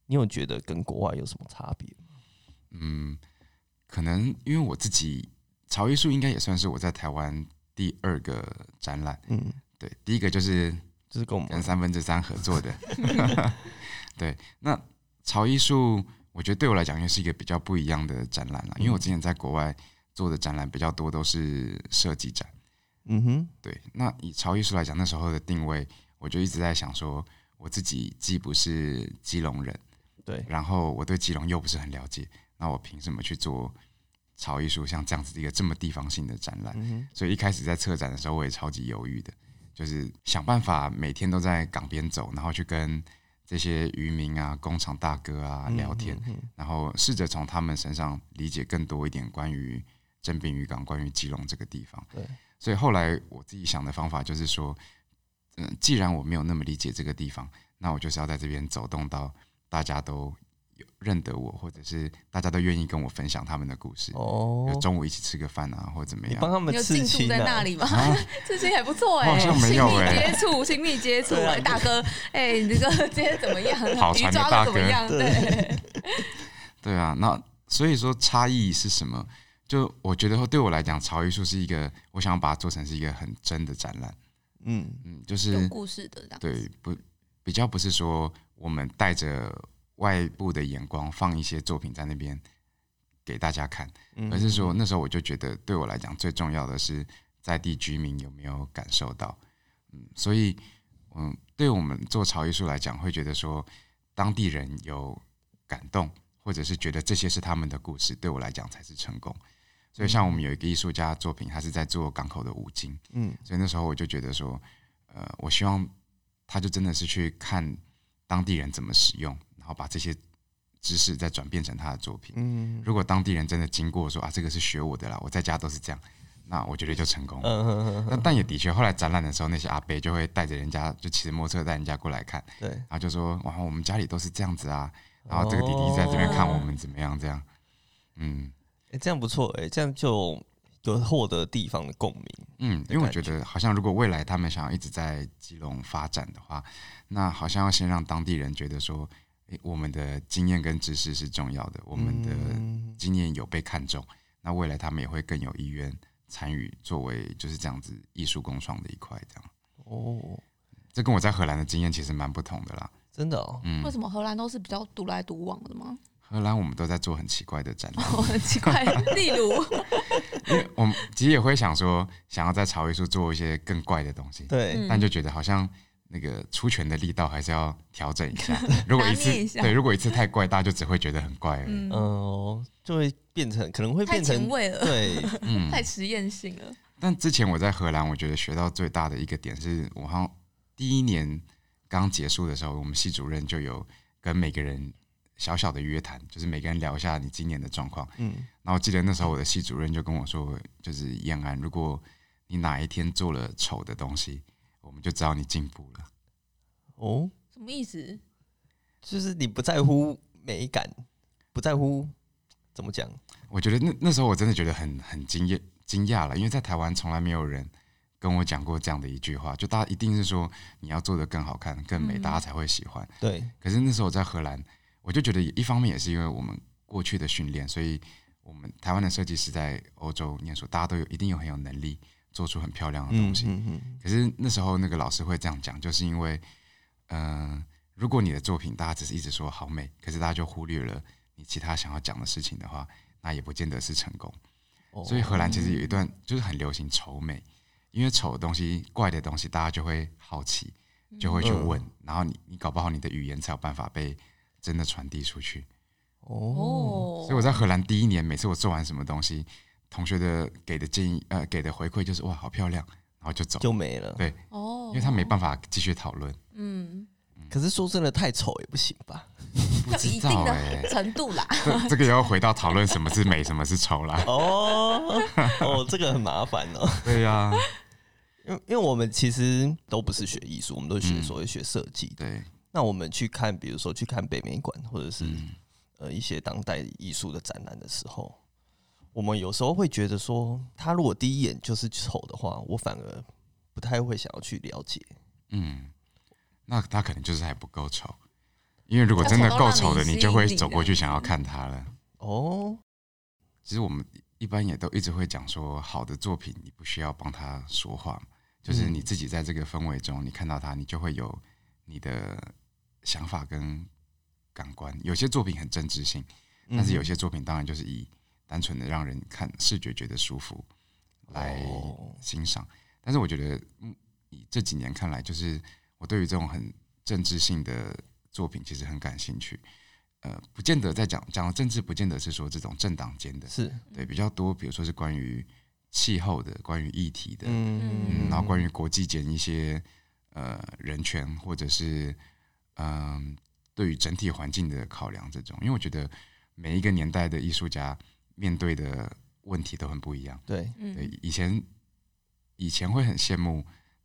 [SPEAKER 1] 你有觉得跟国外有什么差别吗？
[SPEAKER 3] 嗯，可能因为我自己潮艺术应该也算是我在台湾第二个展览。
[SPEAKER 1] 嗯，
[SPEAKER 3] 对，第一个就是
[SPEAKER 1] 就是跟我们
[SPEAKER 3] 跟三分之三合作的。 (laughs) 对，那潮艺术，我觉得对我来讲也是一个比较不一样的展览啦，因为我之前在国外做的展览比较多都是设计展。
[SPEAKER 1] 嗯哼，
[SPEAKER 3] 对，那以潮艺术来讲，那时候的定位，我就一直在想说，我自己既不是基隆人，
[SPEAKER 1] 对，
[SPEAKER 3] 然后我对基隆又不是很了解，那我凭什么去做潮艺术像这样子的一个这么地方性的展览？
[SPEAKER 1] 嗯哼，
[SPEAKER 3] 所以一开始在策展的时候，我也超级犹豫的，就是想办法每天都在港边走，然后去跟这些渔民啊、工厂大哥啊聊天，
[SPEAKER 1] 嗯哼
[SPEAKER 3] 然后试着从他们身上理解更多一点关于镇滨渔港、关于基隆这个地方。
[SPEAKER 1] 对，
[SPEAKER 3] 所以后来我自己想的方法就是说，嗯、既然我没有那么理解这个地方，那我就是要在这边走动到大家都有认得我，或者是大家都愿意跟我分享他们的故事，
[SPEAKER 1] 哦
[SPEAKER 3] 就，中午一起吃个饭啊，或者怎么
[SPEAKER 1] 你
[SPEAKER 3] 样
[SPEAKER 1] 帮。他
[SPEAKER 2] 你
[SPEAKER 1] 们
[SPEAKER 2] 有
[SPEAKER 1] 刺
[SPEAKER 2] 进驻
[SPEAKER 1] 青
[SPEAKER 2] 在那
[SPEAKER 1] 啊？
[SPEAKER 2] 里吗？
[SPEAKER 3] 啊，
[SPEAKER 2] (laughs) 刺青还不错哎、
[SPEAKER 3] 我好像没
[SPEAKER 2] 亲
[SPEAKER 3] 有
[SPEAKER 2] 密
[SPEAKER 3] 哎
[SPEAKER 2] 接触，亲密接触
[SPEAKER 1] 对啊
[SPEAKER 2] 哎、大
[SPEAKER 3] (laughs)
[SPEAKER 2] 哥，哎、你这个今天怎么样？
[SPEAKER 3] 好
[SPEAKER 2] 鱼
[SPEAKER 3] 船的
[SPEAKER 2] 抓
[SPEAKER 3] 大
[SPEAKER 2] 的怎么
[SPEAKER 3] 哥 (laughs)
[SPEAKER 2] 样？对，
[SPEAKER 3] 对啊，那所以说差异是什么？就我觉得对我来讲，潮艺术是一个，我想要把它做成是一个很真的展览。
[SPEAKER 1] 嗯，
[SPEAKER 3] 嗯，就是
[SPEAKER 2] 有故事的这样。
[SPEAKER 3] 对，不比较不是说我们带着外部的眼光放一些作品在那边给大家看，
[SPEAKER 1] 嗯
[SPEAKER 3] 而是说那时候我就觉得对我来讲最重要的是在地居民有没有感受到，嗯，所以嗯，对我们做潮艺术来讲，会觉得说当地人有感动，或者是觉得这些是他们的故事，对我来讲才是成功。所以，像我们有一个艺术家作品，他是在做港口的五金，
[SPEAKER 1] 嗯
[SPEAKER 3] 所以那时候我就觉得说，呃，我希望他就真的是去看当地人怎么使用，然后把这些知识再转变成他的作品。
[SPEAKER 1] 嗯，
[SPEAKER 3] 如果当地人真的经过说啊，这个是学我的啦，我在家都是这样，那我觉得就成功了。
[SPEAKER 1] 嗯哼哼哼，
[SPEAKER 3] 那但也的确，后来展览的时候，那些阿伯就会带着人家，就骑着摩托车带人家过来看，
[SPEAKER 1] 对，
[SPEAKER 3] 然后就说：“哇，我们家里都是这样子啊，然后这个弟弟在这边看
[SPEAKER 1] 哦
[SPEAKER 3] 我们怎么样，这样。”嗯
[SPEAKER 1] 哎，这样不错，哎，这样就有获得地方的共鸣。
[SPEAKER 3] 嗯，因为我觉得好像如果未来他们想要一直在基隆发展的话，那好像要先让当地人觉得说，诶，我们的经验跟知识是重要的，我们的
[SPEAKER 1] 嗯
[SPEAKER 3] 经验有被看重，那未来他们也会更有意愿参与，作为就是这样子艺术共创的一块，这样。
[SPEAKER 1] 哦，
[SPEAKER 3] 这跟我在荷兰的经验其实蛮不同的啦。
[SPEAKER 1] 真的哦，
[SPEAKER 3] 嗯
[SPEAKER 2] 为，什么荷兰都是比较独来独往的吗？ (laughs)
[SPEAKER 3] 荷兰我们都在做很奇怪的展览，
[SPEAKER 2] 哦，很奇
[SPEAKER 3] (laughs)
[SPEAKER 2] 怪，例如，
[SPEAKER 3] 因为我们其实也会想说，想要在潮艺术做一些更怪的东西，
[SPEAKER 1] 对，
[SPEAKER 2] 嗯
[SPEAKER 3] 但就觉得好像那个出拳的力道还是要调整一下。如果一
[SPEAKER 2] 拿捏一
[SPEAKER 3] 次
[SPEAKER 2] 下
[SPEAKER 3] 对，如果一次太怪，大家就只会觉得很怪而已。
[SPEAKER 1] 嗯
[SPEAKER 2] 嗯，
[SPEAKER 1] 哦，就会变成可能会
[SPEAKER 2] 太
[SPEAKER 1] 变
[SPEAKER 2] 前
[SPEAKER 1] 成
[SPEAKER 2] 卫了，
[SPEAKER 1] 对， (laughs)
[SPEAKER 3] 嗯
[SPEAKER 2] 太实验性了。
[SPEAKER 3] 但之前我在荷兰，我觉得学到最大的一个点是，我好像第一年刚结束的时候，我们系主任就有跟每个人小小的约谈，就是每个人聊一下你今年的状况。
[SPEAKER 1] 嗯，
[SPEAKER 3] 然后我记得那时候我的系主任就跟我说，就是燕安，如果你哪一天做了丑的东西，我们就知道你进步了。
[SPEAKER 1] 哦，
[SPEAKER 2] 什么意思？
[SPEAKER 1] 就是你不在乎美感，不在乎怎么讲，
[SPEAKER 3] 我觉得那那时候我真的觉得很很惊讶惊讶了，因为在台湾从来没有人跟我讲过这样的一句话，就大家一定是说你要做的更好看、更美，
[SPEAKER 2] 嗯
[SPEAKER 3] 大家才会喜欢。
[SPEAKER 1] 对，
[SPEAKER 3] 可是那时候我在荷兰，我就觉得一方面也是因为我们过去的训练，所以我们台湾的设计师在欧洲念书，大家都有一定有很有能力做出很漂亮的
[SPEAKER 1] 嗯
[SPEAKER 3] 东西。
[SPEAKER 1] 嗯嗯，
[SPEAKER 3] 可是那时候那个老师会这样讲，就是因为，嗯、如果你的作品大家只是一直说好美，可是大家就忽略了你其他想要讲的事情的话，那也不见得是成功。
[SPEAKER 1] 哦
[SPEAKER 3] 所以荷兰其实有一段就是很流行丑美，因为丑的东西、怪的东西，大家就会好奇，就会去问，
[SPEAKER 1] 嗯
[SPEAKER 3] 然后你你搞不好你的语言才有办法被真的传递出去。
[SPEAKER 1] 哦，
[SPEAKER 2] 哦
[SPEAKER 3] 所以我在荷兰第一年，每次我做完什么东西，同学的给的建议呃给的回馈就是哇好漂亮，然后就走，
[SPEAKER 1] 就没了。
[SPEAKER 3] 对，
[SPEAKER 2] 哦
[SPEAKER 3] 因为他没办法继续讨论。
[SPEAKER 2] 嗯，
[SPEAKER 1] 可是说真的，太丑也不行吧？
[SPEAKER 3] (laughs) 不
[SPEAKER 2] 要
[SPEAKER 3] 知
[SPEAKER 2] 一
[SPEAKER 3] 道
[SPEAKER 2] 定
[SPEAKER 3] 哎、
[SPEAKER 2] 的 (laughs) 程度啦。
[SPEAKER 3] 这这个又要回到讨论什么是美，什么是丑
[SPEAKER 2] (laughs)
[SPEAKER 3] 啦。
[SPEAKER 1] 哦哦，这个很麻烦哦，
[SPEAKER 3] 对呀、
[SPEAKER 1] 因为因为我们其实都不是学艺术，我们都是学
[SPEAKER 3] 嗯
[SPEAKER 1] 所谓学设计的。
[SPEAKER 3] (laughs) 对，
[SPEAKER 1] 那我们去看，比如说去看北美馆，或者是
[SPEAKER 3] 嗯
[SPEAKER 1] 呃一些当代艺术的展览的时候，我们有时候会觉得说，他如果第一眼就是丑的话，我反而不太会想要去了解。
[SPEAKER 3] 嗯，那他可能就是还不够丑，因为如果真的够丑的，
[SPEAKER 2] 要丑到让你啊
[SPEAKER 3] 你就会走过去想要看他了。
[SPEAKER 1] 哦，
[SPEAKER 3] 其实我们一般也都一直会讲说，好的作品你不需要帮他说话嘛，就是
[SPEAKER 1] 嗯
[SPEAKER 3] 你自己在这个氛围中，你看到他，你就会有你的想法跟感官。有些作品很政治性，
[SPEAKER 1] 嗯
[SPEAKER 3] 但是有些作品当然就是以单纯的让人看视觉觉得舒服来
[SPEAKER 1] 哦
[SPEAKER 3] 欣赏。但是我觉得，嗯，以这几年看来，就是我对于这种很政治性的作品其实很感兴趣。呃，不见得在讲讲的政治，不见得是说这种政党间的，
[SPEAKER 1] 是
[SPEAKER 3] 对比较多，比如说是关于气候的、关于议题的，
[SPEAKER 1] 嗯
[SPEAKER 3] 嗯，然后关
[SPEAKER 1] 于
[SPEAKER 3] 于国际间一些呃人权或者是嗯、对于整体环境的考量这种，因为我觉得每一个年代的艺术家面对的问题都很不一样。
[SPEAKER 1] 对
[SPEAKER 3] 对
[SPEAKER 2] 嗯，，
[SPEAKER 3] 以前以前会很羡慕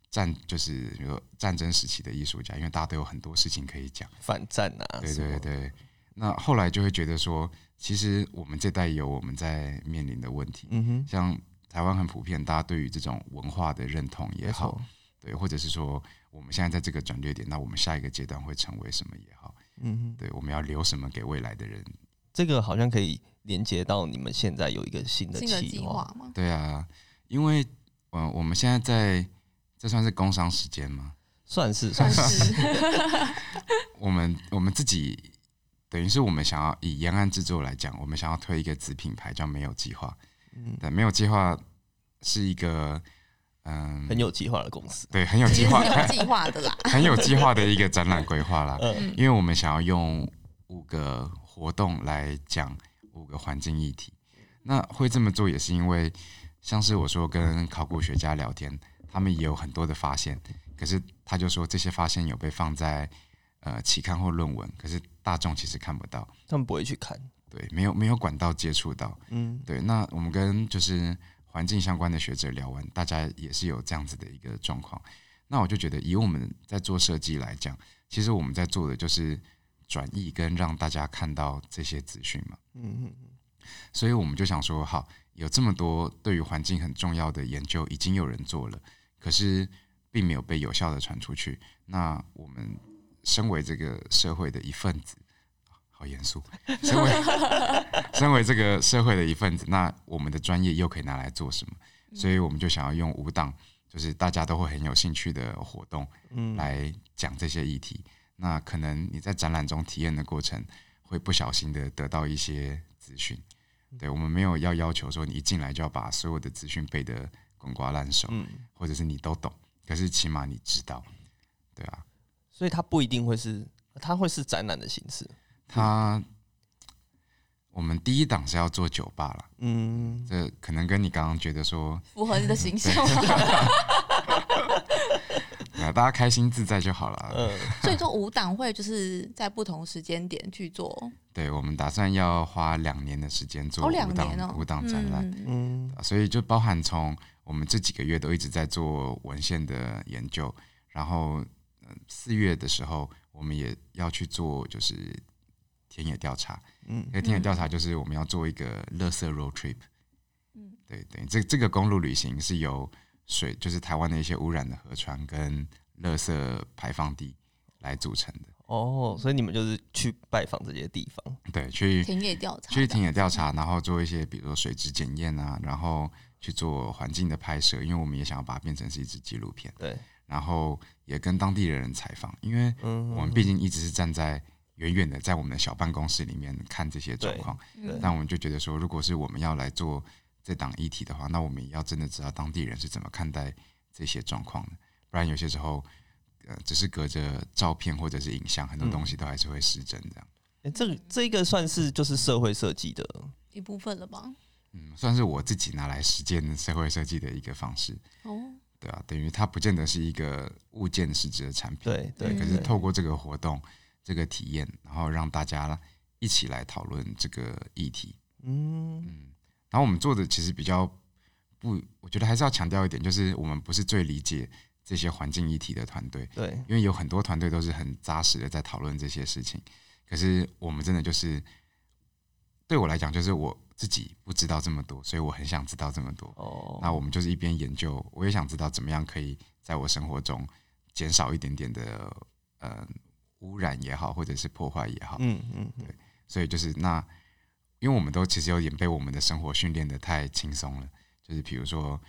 [SPEAKER 3] 战，就是比如说战争时期的艺术家，因为大家都有很多事情可以讲。
[SPEAKER 1] 反战啊，
[SPEAKER 3] 对
[SPEAKER 1] 什么
[SPEAKER 3] 对，对。那后来就会觉得说，其实我们这代有我们在面临的问题，
[SPEAKER 1] 嗯哼，
[SPEAKER 3] 像台湾很普遍，大家对于这种文化的认同也
[SPEAKER 1] 没
[SPEAKER 3] 好
[SPEAKER 1] 错，，
[SPEAKER 3] 对，或者是说我们现在在这个转捩点，那我们下一个阶段会成为什么也好，
[SPEAKER 1] 嗯哼，
[SPEAKER 3] 对，我们要留什么给未来的人？
[SPEAKER 1] 这个好像可以连接到你们现在有一个新的
[SPEAKER 2] 新的
[SPEAKER 1] 计
[SPEAKER 2] 计划嘛，
[SPEAKER 3] 对啊，因为嗯、呃我们现在在这算是工商时间吗？
[SPEAKER 1] 算是
[SPEAKER 2] 算
[SPEAKER 1] 算
[SPEAKER 3] (laughs)
[SPEAKER 1] 是
[SPEAKER 2] 是
[SPEAKER 3] 我们我们自己等于是我们想要以延安制作来讲，我们想要推一个子品牌叫没有计划，
[SPEAKER 1] 嗯
[SPEAKER 3] 但没有计划是一个嗯、
[SPEAKER 1] 很有计划的公司，
[SPEAKER 3] 对很有
[SPEAKER 2] 其
[SPEAKER 3] 计
[SPEAKER 2] 实
[SPEAKER 3] 划
[SPEAKER 2] (laughs) 是有计划的啦。
[SPEAKER 3] 很有计划的一个展览规划啦。
[SPEAKER 1] 嗯
[SPEAKER 2] 嗯
[SPEAKER 3] 因为我们想要用五个活动来讲五个环境议题。那会这么做也是因为，像是我说跟考古学家聊天，他们也有很多的发现，可是他就说这些发现有被放在呃期刊或论文，可是大众其实看不到，
[SPEAKER 1] 他们不会去看，
[SPEAKER 3] 对，没有没有管道接触到。
[SPEAKER 1] 嗯
[SPEAKER 3] 对，那我们跟就是环境相关的学者聊完，大家也是有这样子的一个状况。那我就觉得，以我们在做设计来讲，其实我们在做的就是转译跟让大家看到这些资讯嘛。
[SPEAKER 1] 嗯嗯
[SPEAKER 3] 所以我们就想说，好，有这么多对于环境很重要的研究已经有人做了，可是并没有被有效的传出去。那我们身为这个社会的一份子，啊好严肃，身为身为这个社会的一份子，那我们的专业又可以拿来做什么？所以我们就想要用五档，就是大家都会很有兴趣的活动，
[SPEAKER 1] 嗯，
[SPEAKER 3] 来讲这些议题。那可能你在展览中体验的过程，会不小心的得到一些资讯。对我们没有要要求说你一进来就要把所有的资讯背得滚瓜烂熟，
[SPEAKER 1] 嗯，
[SPEAKER 3] 或者是你都懂，可是起码你知道，对啊。
[SPEAKER 2] 嗯
[SPEAKER 1] 所以它不一定会是，它会是展览的形式。
[SPEAKER 3] 他我们第一档是要做酒吧啦，
[SPEAKER 1] 嗯，
[SPEAKER 3] 这可能跟你刚刚觉得说，
[SPEAKER 2] 符合你的形
[SPEAKER 3] (laughs)
[SPEAKER 2] 象吗？
[SPEAKER 3] 呃，大家开心自在就好了。
[SPEAKER 1] 呃， (laughs)
[SPEAKER 2] 所以说舞党会就是在不同时间点去做，
[SPEAKER 3] 对，我们打算要花两年的时间做
[SPEAKER 2] 哦，两
[SPEAKER 3] 五
[SPEAKER 2] 年哦
[SPEAKER 3] 档，五档展览。
[SPEAKER 2] 嗯
[SPEAKER 1] 嗯
[SPEAKER 3] 啊所以就包含从我们这几个月都一直在做文献的研究，然后呃四月的时候我们也要去做就是田野调查，
[SPEAKER 1] 嗯
[SPEAKER 3] 那田野调查就是我们要做一个垃圾 road trip，
[SPEAKER 2] 嗯
[SPEAKER 3] 对对，这这个公路旅行是由水就是台湾的一些污染的河川跟垃圾排放地来组成的，
[SPEAKER 1] 哦，所以你们就是去拜访这些地方。
[SPEAKER 3] 对，去
[SPEAKER 2] 田野调查
[SPEAKER 3] 去
[SPEAKER 2] 的，
[SPEAKER 3] 田野调查，然后做一些比如说水质检验啊，然后去做环境的拍摄，因为我们也想要把它变成是一支纪录片，
[SPEAKER 1] 对，
[SPEAKER 3] 然后也跟当地的人采访，因为
[SPEAKER 1] 嗯，
[SPEAKER 3] 我们毕竟一直是站在远远的，在我们的小办公室里面看这些状况，
[SPEAKER 2] 嗯
[SPEAKER 3] 但我们就觉得说，如果是我们要来做这档议题的话，那我们也要真的知道当地人是怎么看待这些状况的，不然有些时候。呃，只是隔着照片或者是影像，很多
[SPEAKER 1] 嗯
[SPEAKER 3] 东西都还是会失真这样。
[SPEAKER 1] 诶这个这个算是就是社会设计的，
[SPEAKER 2] 一部分了吧？
[SPEAKER 3] 嗯，算是我自己拿来实践社会设计的一个方式。
[SPEAKER 2] 哦，
[SPEAKER 3] 对啊，等于它不见得是一个物件实质的产品，
[SPEAKER 1] 对对
[SPEAKER 2] 嗯
[SPEAKER 3] 可是
[SPEAKER 1] 对
[SPEAKER 3] 透过这个活动、这个体验，然后让大家一起来讨论这个议题。
[SPEAKER 1] 嗯
[SPEAKER 3] 嗯，然后我们做的其实比较不，我觉得还是要强调一点，就是我们不是最理解这些环境议题的团队，
[SPEAKER 1] 对，
[SPEAKER 3] 因为有很多团队都是很扎实的在讨论这些事情，可是我们真的就是，对我来讲，就是我自己不知道这么多，所以我很想知道这么多。
[SPEAKER 1] 哦，
[SPEAKER 3] 那我们就是一边研究，我也想知道怎么样可以在我生活中减少一点点的呃污染也好，或者是破坏也好。
[SPEAKER 1] 嗯嗯嗯
[SPEAKER 3] 所以就是那，因为我们都其实有点被我们的生活训练的太轻松了，就是比如说，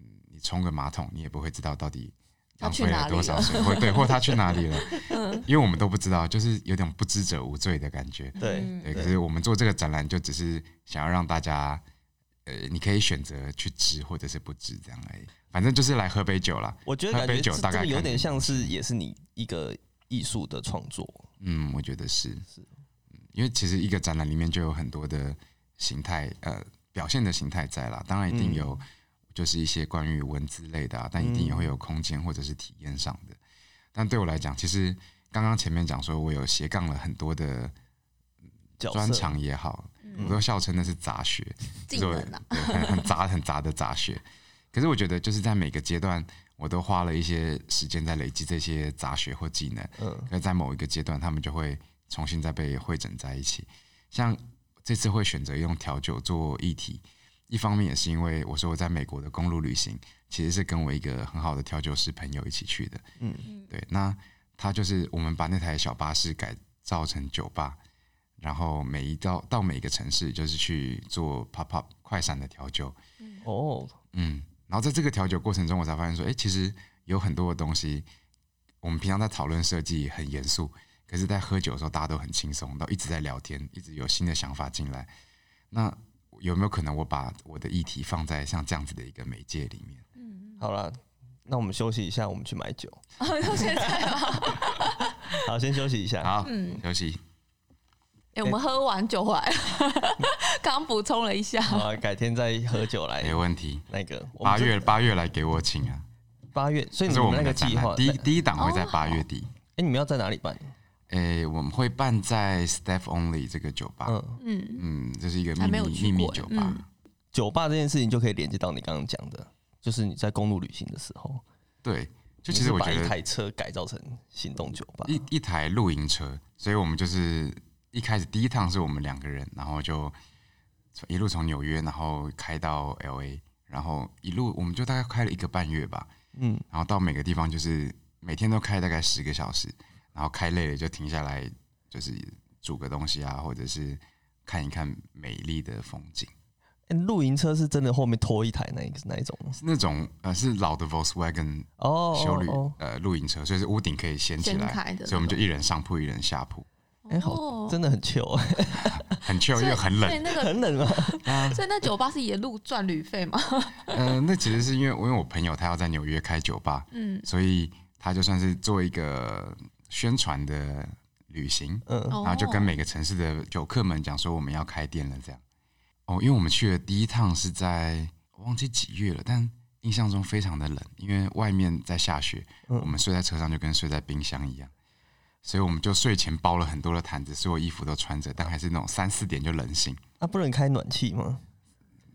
[SPEAKER 3] 嗯，你冲个马桶，你也不会知道到底
[SPEAKER 2] 它
[SPEAKER 3] 浪
[SPEAKER 2] 去
[SPEAKER 3] 费
[SPEAKER 2] 哪
[SPEAKER 3] 了
[SPEAKER 2] 里
[SPEAKER 3] 多少
[SPEAKER 2] 了
[SPEAKER 3] 水，或对，或它去哪里了，
[SPEAKER 2] (laughs) 嗯，
[SPEAKER 3] 因为我们都不知道，就是有点不知者无罪的感觉。
[SPEAKER 1] 对
[SPEAKER 2] 嗯
[SPEAKER 3] 对，可是我们做这个展览，就只是想要让大家，呃，你可以选择去吃或者是不吃这样而已。反正就是来喝杯酒啦。
[SPEAKER 1] 我觉得
[SPEAKER 3] 喝
[SPEAKER 1] 感
[SPEAKER 3] 杯
[SPEAKER 1] 觉
[SPEAKER 3] 酒
[SPEAKER 1] 这
[SPEAKER 3] 大
[SPEAKER 1] 这
[SPEAKER 3] 概
[SPEAKER 1] 个有
[SPEAKER 3] 看
[SPEAKER 1] 点
[SPEAKER 3] 你
[SPEAKER 1] 像是也是你一个艺术的创作，
[SPEAKER 3] 嗯，我觉得是，
[SPEAKER 1] 是
[SPEAKER 3] 嗯因为其实一个展览里面就有很多的形态，呃，表现的形态在啦。当然一定
[SPEAKER 1] 嗯
[SPEAKER 3] 有，就是一些关于文字类的、啊，但一定也
[SPEAKER 1] 嗯
[SPEAKER 3] 会有空间或者是体验上的。但对我来讲，其实刚刚前面讲说我有斜杠了很多的
[SPEAKER 1] 角色嗯
[SPEAKER 3] 专长也好，我都笑称那是杂学。
[SPEAKER 2] 技能啊， (laughs)
[SPEAKER 3] 对，很很杂很杂的杂学。可是我觉得，就是在每个阶段，我都花了一些时间在累积这些杂学或技能。
[SPEAKER 1] 嗯
[SPEAKER 3] 可是在某一个阶段，他们就会重新再被汇整在一起。像这次会选择用调酒做议题，一方面也是因为我说我在美国的公路旅行，其实是跟我一个很好的调酒师朋友一起去的。
[SPEAKER 1] 嗯
[SPEAKER 2] 嗯
[SPEAKER 3] 对，那他就是我们把那台小巴士改造成酒吧，然后每一到到每个城市就是去做 pop up 快闪的调酒，
[SPEAKER 1] 哦，
[SPEAKER 3] 嗯，然后在这个调酒过程中，我才发现说，哎、其实有很多的东西，我们平常在讨论设计很严肃，可是，在喝酒的时候大家都很轻松，都一直在聊天，一直有新的想法进来。那有没有可能我把我的议题放在像这样子的一个媒介里面？
[SPEAKER 2] 嗯，
[SPEAKER 1] 好啦，那我们休息一下，我们去买酒。
[SPEAKER 2] 哦，到现在
[SPEAKER 3] 哎
[SPEAKER 2] 吗？
[SPEAKER 1] 好，先休息一下。
[SPEAKER 3] 好，
[SPEAKER 2] 嗯
[SPEAKER 3] 休息。
[SPEAKER 2] 哎，我们喝完酒回来， (laughs) 刚刚补充了一下，
[SPEAKER 1] 好啊，改天再喝酒来
[SPEAKER 3] 没问题。
[SPEAKER 1] 那个哎我们
[SPEAKER 3] 八
[SPEAKER 1] 这
[SPEAKER 3] 月八月来给我请啊，
[SPEAKER 1] 八月，所以
[SPEAKER 3] 这
[SPEAKER 1] 你
[SPEAKER 3] 是我
[SPEAKER 1] 们
[SPEAKER 3] 们
[SPEAKER 1] 那
[SPEAKER 3] 的
[SPEAKER 1] 个
[SPEAKER 3] 展
[SPEAKER 1] 计
[SPEAKER 3] 览。
[SPEAKER 1] 划
[SPEAKER 3] 第一
[SPEAKER 1] 那
[SPEAKER 3] 第一档
[SPEAKER 2] 哦
[SPEAKER 3] 会在八月底，
[SPEAKER 1] 哎，你们要在哪里办？
[SPEAKER 3] 诶、我们会办在 Staff Only 这个酒吧，
[SPEAKER 1] 嗯，
[SPEAKER 2] 嗯，
[SPEAKER 3] 嗯，这是一个
[SPEAKER 2] 还没有
[SPEAKER 3] 秘密
[SPEAKER 2] 去
[SPEAKER 3] 秘密
[SPEAKER 2] 过
[SPEAKER 3] 酒吧，
[SPEAKER 2] 嗯
[SPEAKER 1] 酒吧这件事情就可以连接到你刚刚讲的，就是你在公路旅行的时候，
[SPEAKER 3] 对，就其实我
[SPEAKER 1] 你是
[SPEAKER 3] 觉
[SPEAKER 1] 把一
[SPEAKER 3] 得
[SPEAKER 1] 台车改造成行动酒吧，
[SPEAKER 3] 一一台露营车，所以我们就是一开始第一趟是我们两个人，然后就从一路从纽约，然后开到 L A，然后一路我们就大概开了一个半月吧，
[SPEAKER 1] 嗯，
[SPEAKER 3] 然后到每个地方就是每天都开大概十个小时，然后开累了就停下来，就是煮个东西啊，或者是看一看美丽的风景。
[SPEAKER 1] 欸露营车是真的后面拖一台那一那一种吗
[SPEAKER 3] 是那种呃是老的 Volkswagen
[SPEAKER 1] 哦，
[SPEAKER 3] 修旅、
[SPEAKER 1] 哦哦
[SPEAKER 3] 呃露营车，所以是屋顶可以掀起
[SPEAKER 2] 掀
[SPEAKER 3] 来，
[SPEAKER 2] 开的哦
[SPEAKER 3] 所以我们就一人上铺一人下铺，
[SPEAKER 1] 哎、好，真的很糗、
[SPEAKER 3] 哦
[SPEAKER 1] 欸，
[SPEAKER 3] 很 chill
[SPEAKER 2] 所以
[SPEAKER 3] 又很冷
[SPEAKER 2] 所以。那个，
[SPEAKER 1] 很冷啊。
[SPEAKER 3] (laughs)
[SPEAKER 2] 所以那酒吧是沿路赚旅费嘛？
[SPEAKER 3] 呃，那其实是因为因为我朋友他要在纽约开酒吧，
[SPEAKER 2] 嗯，
[SPEAKER 3] 所以他就算是做一个宣传的旅行，
[SPEAKER 1] 嗯，
[SPEAKER 2] 然
[SPEAKER 3] 然后就跟每个城市的酒客们讲说我们要开店了这样。哦，因为我们去的第一趟是在我忘记几月了，但印象中非常的冷，因为外面在下雪，
[SPEAKER 1] 嗯
[SPEAKER 3] 我们睡在车上就跟睡在冰箱一样，所以我们就睡前包了很多的毯子，所有衣服都穿着，但还是那种三四点就冷醒，
[SPEAKER 1] 那、啊不能开暖气吗？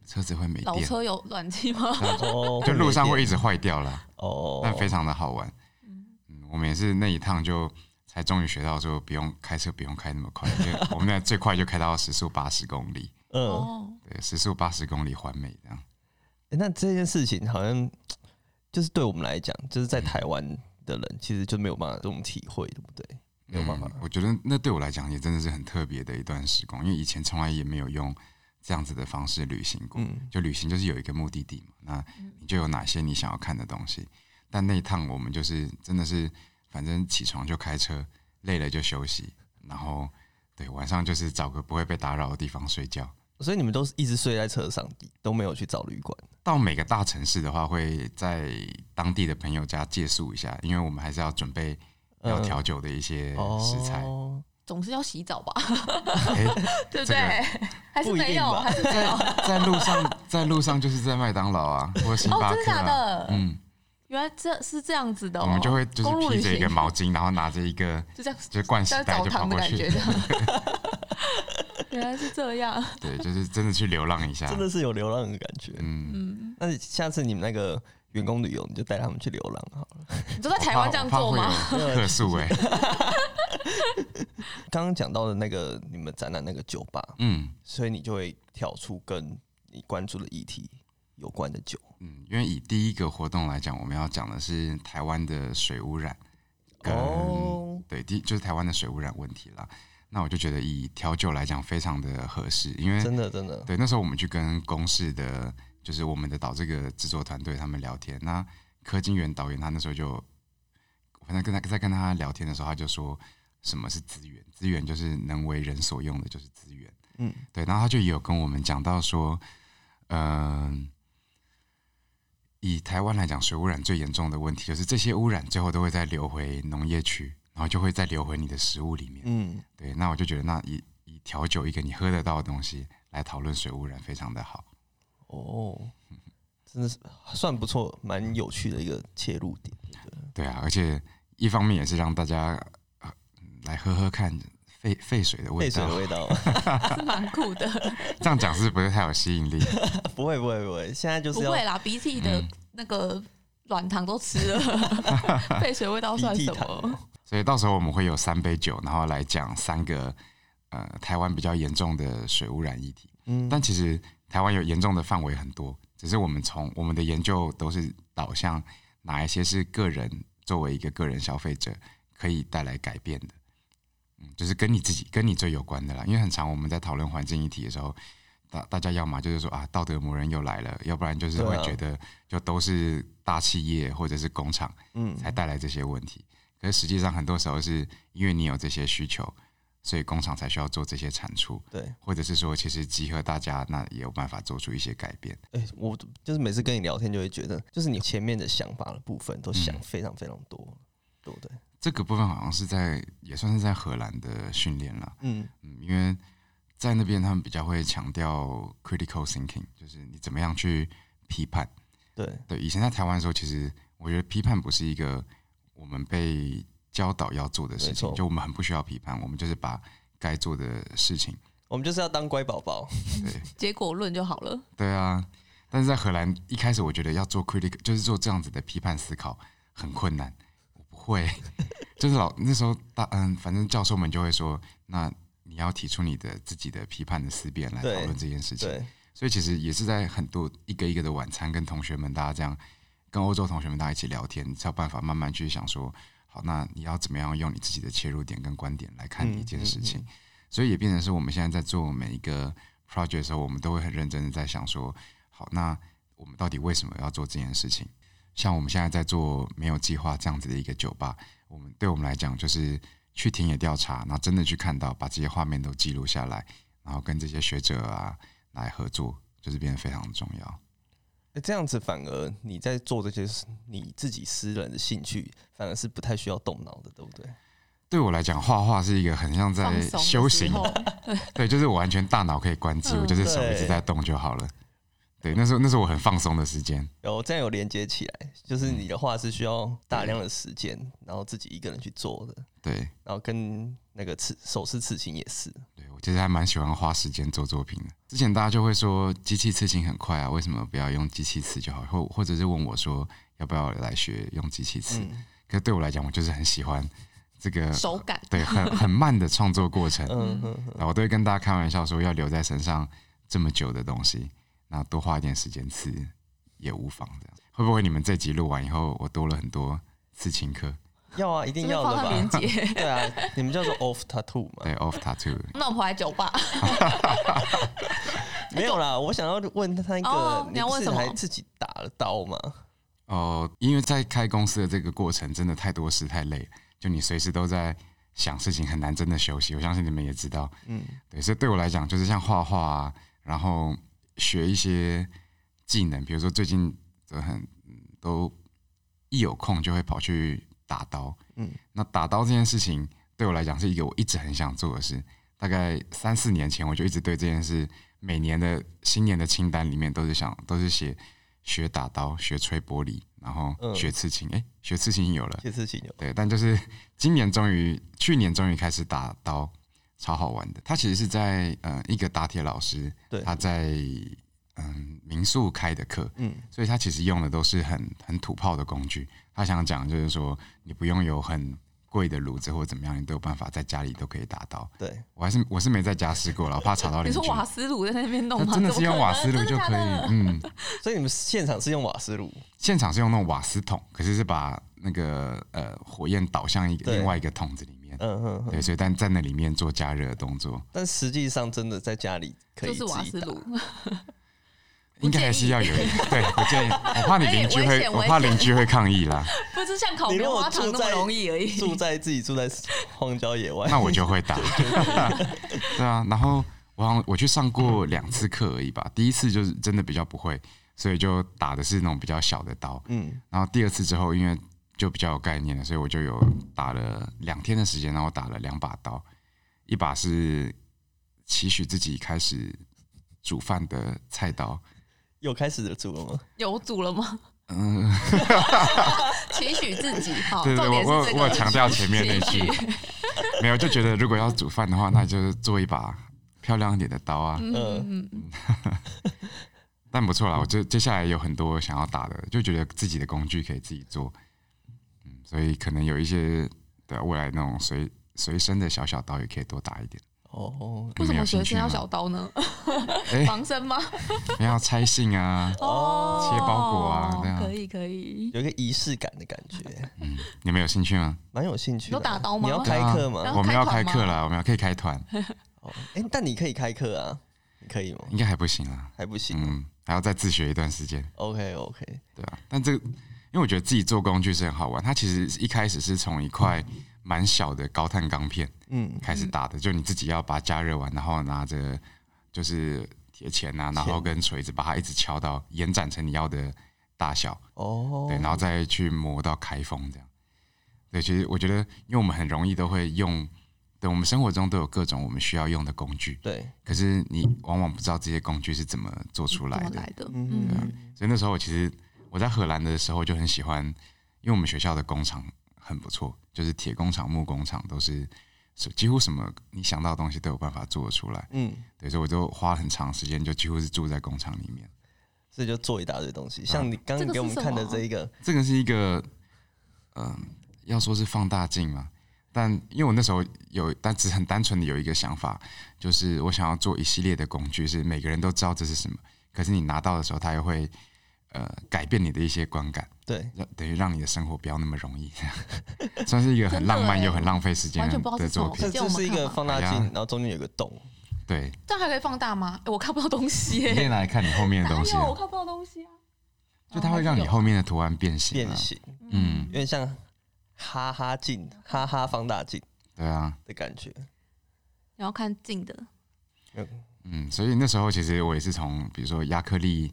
[SPEAKER 3] 车子会没
[SPEAKER 2] 老
[SPEAKER 3] 电，
[SPEAKER 2] 车有暖气吗？
[SPEAKER 1] 哦，
[SPEAKER 3] 就路上
[SPEAKER 1] 没
[SPEAKER 3] 会一
[SPEAKER 1] 电
[SPEAKER 3] 直坏掉啦。
[SPEAKER 1] 哦，
[SPEAKER 3] 但非常的好玩。嗯，我们也是那一趟就才终于学到说不用开车不用开那么快，因为我们那最快就开到时速八十公里，
[SPEAKER 1] 嗯、
[SPEAKER 2] 哦，
[SPEAKER 3] 对，时速八十公里环美这样。
[SPEAKER 1] 欸那这件事情好像就是对我们来讲，就是在台湾的人其实就没有办法这种体会，对不对？没有办法
[SPEAKER 3] 嗯，我觉得那对我来讲也真的是很特别的一段时光，因为以前从来也没有用这样子的方式旅行过。
[SPEAKER 1] 嗯
[SPEAKER 3] 就旅行就是有一个目的地嘛，那
[SPEAKER 2] 嗯
[SPEAKER 3] 你就有哪些你想要看的东西。但那一趟我们就是真的是，反正起床就开车，累了就休息，然后对晚上就是找个不会被打扰的地方睡觉。
[SPEAKER 1] 所以你们都是一直睡在车上，都没有去找旅馆。
[SPEAKER 3] 到每个大城市的话，会在当地的朋友家借宿一下，因为我们还是要准备要
[SPEAKER 1] 嗯
[SPEAKER 3] 调酒的一些食材。
[SPEAKER 1] 哦
[SPEAKER 2] 总是要洗澡吧，
[SPEAKER 3] 诶
[SPEAKER 2] 对不
[SPEAKER 3] 这
[SPEAKER 2] 对
[SPEAKER 3] 个？
[SPEAKER 2] 还是
[SPEAKER 1] 不一定
[SPEAKER 2] 没有？
[SPEAKER 1] 吧
[SPEAKER 2] 还是哦没有？
[SPEAKER 3] 在路上，在路上就是在麦当劳啊，或星
[SPEAKER 2] 哦，
[SPEAKER 3] 巴
[SPEAKER 2] 真的
[SPEAKER 3] 克
[SPEAKER 2] 假
[SPEAKER 3] 啊。
[SPEAKER 2] 的？
[SPEAKER 3] 嗯，
[SPEAKER 2] 原来这是这样子的哦。
[SPEAKER 3] 我们就会就
[SPEAKER 2] 公
[SPEAKER 3] 是
[SPEAKER 2] 路旅
[SPEAKER 3] 披着一个
[SPEAKER 2] 行，
[SPEAKER 3] 毛巾，然后拿着一个
[SPEAKER 2] 就这样，
[SPEAKER 3] 就是盥洗
[SPEAKER 2] 像
[SPEAKER 3] 袋
[SPEAKER 2] 澡
[SPEAKER 3] 就跑
[SPEAKER 2] 堂的
[SPEAKER 3] 过
[SPEAKER 2] 感觉
[SPEAKER 3] 去
[SPEAKER 2] 这，样。 (laughs) 原来是这样，
[SPEAKER 3] (laughs) 对，就是真的去流浪一下
[SPEAKER 1] 真。的是有流浪的感觉。
[SPEAKER 3] 啊嗯，
[SPEAKER 2] 嗯，
[SPEAKER 1] 那下次你们那个员工旅游，你就带他们去流浪好
[SPEAKER 3] (laughs)
[SPEAKER 1] 了。
[SPEAKER 2] 你都在台湾这样做吗？
[SPEAKER 3] 我怕？我怕会有客诉哎，
[SPEAKER 1] 刚刚讲到的那个你们展览那个酒吧，
[SPEAKER 3] (laughs) 嗯
[SPEAKER 1] 所以你就会跳出跟你关注的议题有关的酒。
[SPEAKER 3] 嗯，因为以第一个活动来讲，我们要讲的是台湾的水污染跟
[SPEAKER 1] 哦，
[SPEAKER 3] 对，第就是台湾的水污染问题啦。那我就觉得以调酒来讲非常的合适，因为
[SPEAKER 1] 真的真的，
[SPEAKER 3] 对那时候我们去跟公视的，就是我们的导这个制作团队他们聊天，那柯金元导演他那时候就，反正跟他在跟他聊天的时候，他就说什么是资源，资源就是能为人所用的就是资源，
[SPEAKER 1] 嗯，
[SPEAKER 3] 对，然后他就也有跟我们讲到说，嗯、以台湾来讲，水污染最严重的问题就是这些污染最后都会再流回农业区，然后就会再流回你的食物里面。
[SPEAKER 1] 嗯，
[SPEAKER 3] 对，那我就觉得那以以调酒一个你喝得到的东西来讨论水污染，非常的好。
[SPEAKER 1] 哦，真的是算不错，蛮有趣的一个切入点。
[SPEAKER 3] 对啊，而且一方面也是让大家、呃来喝喝看废废水的味
[SPEAKER 1] 配水
[SPEAKER 3] 道
[SPEAKER 1] 的。味道， (laughs)
[SPEAKER 2] 是蛮酷的。
[SPEAKER 3] 这样讲是不是太有吸引力？ (laughs)
[SPEAKER 1] 不会不会不会，现在就
[SPEAKER 2] 不
[SPEAKER 1] 是要
[SPEAKER 2] 会啦，鼻涕的
[SPEAKER 3] 嗯
[SPEAKER 2] 那个软糖都吃
[SPEAKER 1] (laughs)
[SPEAKER 2] 了，沸水味道算
[SPEAKER 1] 鼻涕
[SPEAKER 2] 什
[SPEAKER 1] 糖
[SPEAKER 2] 么？
[SPEAKER 3] 所以到时候我们会有三杯酒，然后来讲三个呃台湾比较严重的水污染议题。
[SPEAKER 1] 嗯
[SPEAKER 3] 但其实台湾有严重的范围很多，只是我们从我们的研究都是导向哪一些是个人作为一个个人消费者可以带来改变的，嗯，就是跟你自己跟你最有关的啦。因为很常我们在讨论环境议题的时候，大大家要么就是说啊道德魔人又来了，要不然就是
[SPEAKER 1] 对
[SPEAKER 3] 会
[SPEAKER 1] 啊
[SPEAKER 3] 觉得就都是大企业或者是工厂
[SPEAKER 1] 嗯
[SPEAKER 3] 才带来这些问题。可是实际上很多时候是因为你有这些需求，所以工厂才需要做这些产出。
[SPEAKER 1] 对，
[SPEAKER 3] 或者是说，其实集合大家，那也有办法做出一些改变。
[SPEAKER 1] 哎、我就是每次跟你聊天就会觉得，就是你前面的想法的部分都想
[SPEAKER 3] 嗯
[SPEAKER 1] 非常非常多，对不对？
[SPEAKER 3] 这个部分好像是在也算是在荷兰的训练了，
[SPEAKER 1] 嗯
[SPEAKER 3] 嗯，因为在那边他们比较会强调 critical thinking，就是你怎么样去批判。
[SPEAKER 1] 对，
[SPEAKER 3] 对，以前在台湾的时候，其实我觉得批判不是一个我们被教导要做的事
[SPEAKER 1] 没
[SPEAKER 3] 情
[SPEAKER 1] 错，
[SPEAKER 3] 就我们很不需要批判，我们就是把该做的事情
[SPEAKER 1] 我们就是要当乖宝宝。
[SPEAKER 2] 结果论就好了。
[SPEAKER 3] 对啊，但是在荷兰一开始，我觉得要做 critic，就是做这样子的批判思考很困难，我不会。 (laughs) 就是老那时候大嗯，反正教授们就会说，那你要提出你的自己的批判的思辨来
[SPEAKER 1] 对
[SPEAKER 3] 讨论这件事情。
[SPEAKER 1] 对，
[SPEAKER 3] 所以其实也是在很多一个一个的晚餐，跟同学们大家这样，跟欧洲同学们大家一起聊天，你才有办法慢慢去想说，好，那你要怎么样用你自己的切入点跟观点来看
[SPEAKER 1] 嗯
[SPEAKER 3] 一件事情。所以也变成是我们现在在做每一个 project 的时候，我们都会很认真的在想说，好，那我们到底为什么要做这件事情？像我们现在在做没有计划这样子的一个酒吧，我们对我们来讲就是去田野调查，然后真的去看到，把这些画面都记录下来，然后跟这些学者啊来合作，就是变得非常重要。
[SPEAKER 1] 诶哎这样子反而你在做这些事你自己私人的兴趣，反而是不太需要动脑的，对不对？
[SPEAKER 3] 对我来讲，画画是一个很像在
[SPEAKER 2] 放松的
[SPEAKER 3] 修
[SPEAKER 2] 时
[SPEAKER 3] 行，
[SPEAKER 2] 候
[SPEAKER 3] 对，就是我完全大脑可以关机，
[SPEAKER 2] 嗯
[SPEAKER 3] 我就是手一直
[SPEAKER 1] 对
[SPEAKER 3] 在动就好了。对，那时候那是我很放松的时间。
[SPEAKER 1] 有这样有连接起来，就是你的话是需要大量的时间，然后自己一个人去做的，
[SPEAKER 3] 对，
[SPEAKER 1] 然后跟那个刺首饰刺青也是，
[SPEAKER 3] 对我其实还蛮喜欢花时间做作品的。之前大家就会说机器刺青很快啊，为什么不要用机器刺就好？或或者是问我说要不要来学用机器刺？
[SPEAKER 1] 嗯
[SPEAKER 3] 可对我来讲，我就是很喜欢这个
[SPEAKER 2] 手感
[SPEAKER 3] 对很 (laughs) 很慢的创作过程。
[SPEAKER 1] 嗯嗯，
[SPEAKER 3] 然后我都会跟大家开玩笑说，要留在身上这么久的东西，那多花一点时间刺也无妨。这样会不会你们这集录完以后，我多了很多刺青课？
[SPEAKER 1] 要啊，一
[SPEAKER 2] 这
[SPEAKER 3] 嗯
[SPEAKER 1] 定
[SPEAKER 2] 边
[SPEAKER 1] 要
[SPEAKER 2] 放
[SPEAKER 1] 的
[SPEAKER 2] 上连
[SPEAKER 1] 吧？
[SPEAKER 2] 接。 (laughs)
[SPEAKER 1] 对啊，你们叫做 off tattoo 嘛？
[SPEAKER 3] 对，off tattoo。
[SPEAKER 2] 那我跑来酒吧，
[SPEAKER 1] (laughs) 没有啦，我想要问他一个，
[SPEAKER 2] 哦你
[SPEAKER 1] 你
[SPEAKER 2] 要
[SPEAKER 1] 不
[SPEAKER 2] 问
[SPEAKER 1] 是
[SPEAKER 2] 什么
[SPEAKER 1] 还自己打了刀吗？
[SPEAKER 3] 哦，因为在开公司的这个过程，真的太多事太累了，就你随时都在想事情，很难真的休息。我相信你们也知道，
[SPEAKER 1] 嗯，
[SPEAKER 3] 对，所以对我来讲，就是像画画啊，然后学一些技能，比如说最近都很嗯都一有空就会跑去打刀，
[SPEAKER 1] 嗯
[SPEAKER 3] 嗯，那打刀这件事情对我来讲是一个我一直很想做的事。大概三四年前，我就一直对这件事，每年的新年的清单里面都是想都是写学打刀、学吹玻璃，然后
[SPEAKER 1] 嗯
[SPEAKER 3] 学刺青。哎、学刺青有了，
[SPEAKER 1] 谢事情有，
[SPEAKER 3] 对，但就是 (laughs) 今年终于，去年终于开始打刀，超好玩的。他其实是在呃一个打铁老师，
[SPEAKER 1] 对
[SPEAKER 3] 他在嗯、民宿开的课，
[SPEAKER 1] 嗯，
[SPEAKER 3] 所以他其实用的都是很很土炮的工具。他想讲就是说，你不用有很贵的炉子或怎么样，你都有办法在家里都可以打刀。
[SPEAKER 1] 对，
[SPEAKER 3] 我还是我是没在家试过了，我怕吵到
[SPEAKER 2] 你
[SPEAKER 3] 邻居
[SPEAKER 2] 说。瓦斯炉在那边弄
[SPEAKER 3] 他
[SPEAKER 2] 吗？
[SPEAKER 3] 啊真的是
[SPEAKER 2] 怎么
[SPEAKER 3] 用
[SPEAKER 2] 可
[SPEAKER 3] 瓦
[SPEAKER 2] 能
[SPEAKER 3] 斯炉
[SPEAKER 2] 真的
[SPEAKER 3] 就
[SPEAKER 2] 假
[SPEAKER 3] 可以
[SPEAKER 2] 的，
[SPEAKER 3] 嗯，
[SPEAKER 1] 所以你们现场是用瓦斯炉，
[SPEAKER 3] 现场是用那种瓦斯桶，可是是把那个呃火焰导向一个
[SPEAKER 1] 对
[SPEAKER 3] 另外一个桶子里面。
[SPEAKER 1] 嗯嗯嗯，
[SPEAKER 3] 对，所以但在那里面做加热的动作，
[SPEAKER 1] 但实际上真的在家里可以
[SPEAKER 2] 就
[SPEAKER 1] 自
[SPEAKER 2] 是瓦斯
[SPEAKER 1] 己打，
[SPEAKER 2] 炉，不
[SPEAKER 3] 应该还是要有一
[SPEAKER 2] (laughs)
[SPEAKER 3] 个。对，我建议，我怕你邻居
[SPEAKER 2] 哎危
[SPEAKER 3] 会，
[SPEAKER 2] 险
[SPEAKER 3] 我怕邻居会抗
[SPEAKER 2] (laughs)
[SPEAKER 3] 议啦。
[SPEAKER 2] 不是像烤
[SPEAKER 1] 你如
[SPEAKER 2] 棉
[SPEAKER 1] 果
[SPEAKER 2] 花糖
[SPEAKER 1] 住
[SPEAKER 2] 那么
[SPEAKER 1] 在
[SPEAKER 2] 容易而已。
[SPEAKER 1] 住在自己住在荒郊野外，
[SPEAKER 3] 那我就会打。 (laughs) 对啊，然后我好像我去上过两次课而已吧，第一次就是真的比较不会，所以就打的是那种比较小的刀。
[SPEAKER 1] 嗯，
[SPEAKER 3] 然后第二次之后，因为就比较有概念了，所以我就有打了两天的时间，然后打了两把刀，一把是期许自己开始煮饭的菜刀，
[SPEAKER 1] 有开始煮了吗？
[SPEAKER 2] 有煮了吗？
[SPEAKER 3] 嗯。
[SPEAKER 2] 期许自
[SPEAKER 3] (laughs)
[SPEAKER 2] 己，好，
[SPEAKER 3] 对对
[SPEAKER 2] 重
[SPEAKER 3] 对，
[SPEAKER 2] 点
[SPEAKER 3] 我我
[SPEAKER 2] 是这
[SPEAKER 3] 有我有
[SPEAKER 2] 个。
[SPEAKER 3] 强调前面那句， (laughs) 没有就觉得如果要煮饭的话，那就是做一把漂亮一点的刀啊。
[SPEAKER 2] 嗯嗯嗯，
[SPEAKER 3] 但不错啦，我就接下来有很多想要打的，就觉得自己的工具可以自己做，嗯，所以可能有一些对啊未来那种随随身的小小刀也可以多打
[SPEAKER 2] (laughs)
[SPEAKER 3] 一点。
[SPEAKER 1] 哦，
[SPEAKER 2] 为
[SPEAKER 3] 你
[SPEAKER 2] 什
[SPEAKER 3] 们有
[SPEAKER 2] 么
[SPEAKER 3] 兴
[SPEAKER 2] 学
[SPEAKER 3] 趣
[SPEAKER 2] 生
[SPEAKER 3] 吗
[SPEAKER 2] 要小刀呢？
[SPEAKER 3] 哎
[SPEAKER 2] 防身吗？
[SPEAKER 3] 你要拆信啊，
[SPEAKER 2] 哦，
[SPEAKER 3] (laughs) 切包裹啊这样
[SPEAKER 2] 可以可以。
[SPEAKER 1] 有一个仪式感的感觉，
[SPEAKER 3] 嗯，你们有兴趣吗？啊
[SPEAKER 1] 蛮有兴趣的。
[SPEAKER 2] 有打刀吗
[SPEAKER 1] 你
[SPEAKER 2] 嗯
[SPEAKER 1] 要开课
[SPEAKER 2] 然
[SPEAKER 1] 吗？
[SPEAKER 2] 后
[SPEAKER 3] 我们要
[SPEAKER 2] 开
[SPEAKER 3] 开
[SPEAKER 2] 团
[SPEAKER 3] 课
[SPEAKER 2] 吗
[SPEAKER 3] 啦，我们要可以开团，
[SPEAKER 1] 哦，哎，但你可以开课啊，你可以吗？
[SPEAKER 3] 应该还不行啦，
[SPEAKER 1] 还不行。
[SPEAKER 3] 嗯，还要再自学一段时间。
[SPEAKER 1] OK OK，
[SPEAKER 3] 对啊，但这个，因为我觉得自己做工具是很好玩。它其实一开始是从一块蛮小的高碳钢片
[SPEAKER 1] 嗯，
[SPEAKER 3] 开始打的，就你自己要把它加热完，然后拿着就是铁钳啊，然后跟锤子把它一直敲到延展成你要的大小，
[SPEAKER 1] 哦
[SPEAKER 3] 对，，然后再去磨到开封这样。对，其实我觉得，因为我们很容易都会用，对我们生活中都有各种我们需要用的工具，
[SPEAKER 1] 对，
[SPEAKER 3] 可是你往往不知道这些工具是怎么做出来
[SPEAKER 2] 怎么
[SPEAKER 3] 的
[SPEAKER 2] 来。的？
[SPEAKER 1] 嗯
[SPEAKER 2] 嗯，
[SPEAKER 3] 所以那时候我其实我在荷兰的时候就很喜欢，因为我们学校的工厂很不错，就是铁工厂、木工厂都是所以几乎什么你想到的东西都有办法做得出来。
[SPEAKER 1] 嗯，
[SPEAKER 3] 对，所以我就花很长时间，就几乎是住在工厂里面。
[SPEAKER 1] 所以就做一大堆
[SPEAKER 3] 啊
[SPEAKER 1] 东西，像你刚
[SPEAKER 2] 这
[SPEAKER 1] 刚
[SPEAKER 2] 个
[SPEAKER 1] 给我们
[SPEAKER 2] 是什
[SPEAKER 1] 看的
[SPEAKER 2] 么啊
[SPEAKER 1] 这一个，
[SPEAKER 3] 这个是一个，嗯、要说是放大镜嘛，但因为我那时候有，但只很单纯的有一个想法，就是我想要做一系列的工具，是每个人都知道这是什么，可是你拿到的时候，它又会呃改变你的一些观感，
[SPEAKER 1] 对，
[SPEAKER 3] 让等于让你的生活不要那么容易，算是一个很浪漫
[SPEAKER 2] 真的欸
[SPEAKER 3] 又很浪费时间
[SPEAKER 2] 完全不知道
[SPEAKER 3] 的
[SPEAKER 2] 是什么
[SPEAKER 3] 作品
[SPEAKER 1] 这。
[SPEAKER 2] 借
[SPEAKER 1] 这
[SPEAKER 2] 我们
[SPEAKER 1] 是一
[SPEAKER 2] 看
[SPEAKER 1] 个
[SPEAKER 2] 吧
[SPEAKER 1] 放大
[SPEAKER 3] 哎
[SPEAKER 1] 镜
[SPEAKER 3] 呀，
[SPEAKER 1] 然后中间有个洞，
[SPEAKER 2] (laughs)
[SPEAKER 3] 对，
[SPEAKER 2] 这样还可以放大吗？哎诶我看不到东西
[SPEAKER 3] 你
[SPEAKER 2] 耶、
[SPEAKER 3] 可以拿来看你后面的
[SPEAKER 2] 哪
[SPEAKER 3] 东西
[SPEAKER 2] 有
[SPEAKER 3] 啊，
[SPEAKER 2] 我看不到东西啊！哦
[SPEAKER 3] 就它会让你后面的图案变形
[SPEAKER 1] 变
[SPEAKER 3] 啊。
[SPEAKER 1] 形，
[SPEAKER 3] 嗯
[SPEAKER 1] 有，点像哈哈镜、哈哈放大镜
[SPEAKER 3] 对啊。
[SPEAKER 1] 的感觉。
[SPEAKER 2] 你要看近的，
[SPEAKER 3] 嗯，所以那时候其实我也是从比如说亚克力，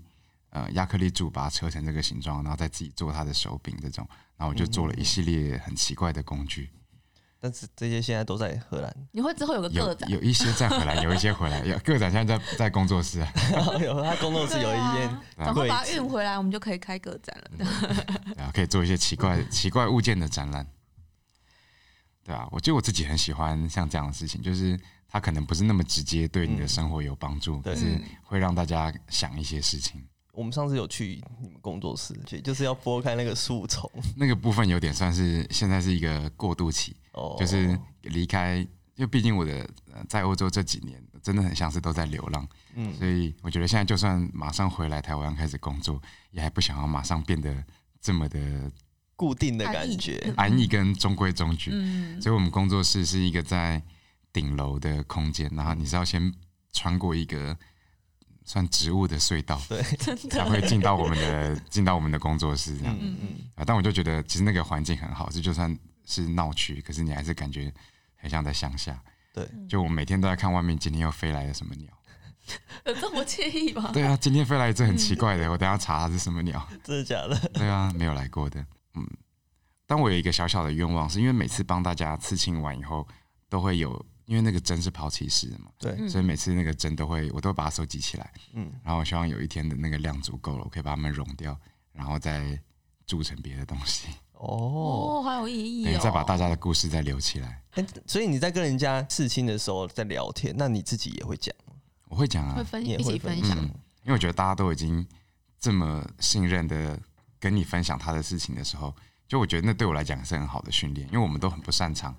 [SPEAKER 3] 呃，亚克力柱把它车成这个形状，然后再自己做它的手柄这种，然后我就做了一系列很奇怪的工具，
[SPEAKER 1] 但是这些现在都在荷兰，
[SPEAKER 2] 你会之后有个
[SPEAKER 3] 有
[SPEAKER 2] 个嗯展，
[SPEAKER 3] 有一些再回来，有一些回来，有个展现在在在工作室啊，
[SPEAKER 1] 有他工作室有
[SPEAKER 2] 对
[SPEAKER 1] 一间
[SPEAKER 2] 啊，赶快
[SPEAKER 1] 柜
[SPEAKER 2] 把它
[SPEAKER 1] 子
[SPEAKER 2] 运回来，我们就可以开个展了。
[SPEAKER 3] 对啊，可以做一些奇怪奇怪物件的展览，对啊，我觉得我自己很喜欢像这样的事情，就是它可能不是那么直接对你的生活有帮助，
[SPEAKER 1] 嗯对
[SPEAKER 3] 可是会让大家想一些事情。
[SPEAKER 1] 我们上次有去你们工作室，去就是要拨开那个树丛
[SPEAKER 3] 那个部分有点算是现在是一个过渡期，
[SPEAKER 1] 哦，
[SPEAKER 3] (laughs) 就是离开，因为毕竟我的呃在欧洲这几年真的很像是都在流浪，
[SPEAKER 1] 嗯
[SPEAKER 3] 所以我觉得现在就算马上回来台湾开始工作，也还不想要马上变得这么的
[SPEAKER 1] 固定的感觉，
[SPEAKER 3] 安逸跟中规中矩。
[SPEAKER 2] 嗯，
[SPEAKER 3] 所以我们工作室是一个在顶楼的空间，然后你是要先穿过一个算植物的隧道，
[SPEAKER 1] 对，
[SPEAKER 2] 真
[SPEAKER 3] 才
[SPEAKER 2] 的，
[SPEAKER 3] 会进到我们的进到我们的工作室这样。
[SPEAKER 1] 嗯嗯，
[SPEAKER 3] 啊，但我就觉得其实那个环境很好，这就算是闹区，可是你还是感觉很像在乡下。
[SPEAKER 1] 对，
[SPEAKER 3] 就我每天都在看外面，今天又飞来了什么鸟？
[SPEAKER 2] 有这么惬意吗？
[SPEAKER 3] 对啊，今天飞来一只很奇怪的，我等一下查它是什么鸟。
[SPEAKER 1] 真的假的？
[SPEAKER 3] 对啊，没有来过的。嗯，但我有一个小小的愿望，是因为每次帮大家刺青完以后，都会有，因为那个针是抛弃式的嘛，
[SPEAKER 1] 对，
[SPEAKER 2] 嗯
[SPEAKER 3] 所以每次那个针都会，我都会把它收集起来。
[SPEAKER 1] 嗯，
[SPEAKER 3] 然后我希望有一天的那个量足够了，我可以把它们融掉，然后再铸成别的东西，
[SPEAKER 1] 哦，
[SPEAKER 2] 哦，好有意义
[SPEAKER 3] 对
[SPEAKER 2] 哦！
[SPEAKER 3] 哎再把大家的故事再留起来。
[SPEAKER 1] 哎，所以你在跟人家刺青的时候在聊天，那你自己也会讲，
[SPEAKER 3] 我会讲啊
[SPEAKER 2] 会，分
[SPEAKER 1] 你也
[SPEAKER 2] 一
[SPEAKER 1] 会
[SPEAKER 2] 起分
[SPEAKER 1] 分
[SPEAKER 2] 享
[SPEAKER 1] 享，
[SPEAKER 3] 嗯因为我觉得大家都已经这么信任的跟你分享他的事情的时候，就我觉得那对我来讲是很好的训练，因为我们都很不擅长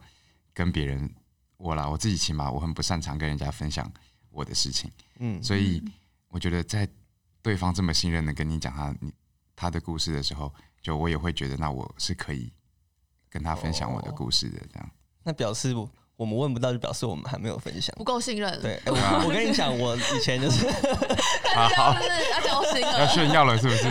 [SPEAKER 3] 跟别人，我啦，我自己起码我很不擅长跟人家分享我的事情，
[SPEAKER 1] 嗯，
[SPEAKER 3] 所以我觉得在对方这么信任的跟你讲他你他的故事的时候，就我也会觉得那我是可以跟他分享我的故事的，这样。
[SPEAKER 1] 那表示我们问不到，就表示我们还没有分享
[SPEAKER 2] 不。够信任， (laughs)
[SPEAKER 1] 对，哎我我跟你讲，我以前就是
[SPEAKER 2] 大家是不是要交心
[SPEAKER 3] 要 (laughs)
[SPEAKER 2] 了？
[SPEAKER 3] 炫耀了是不是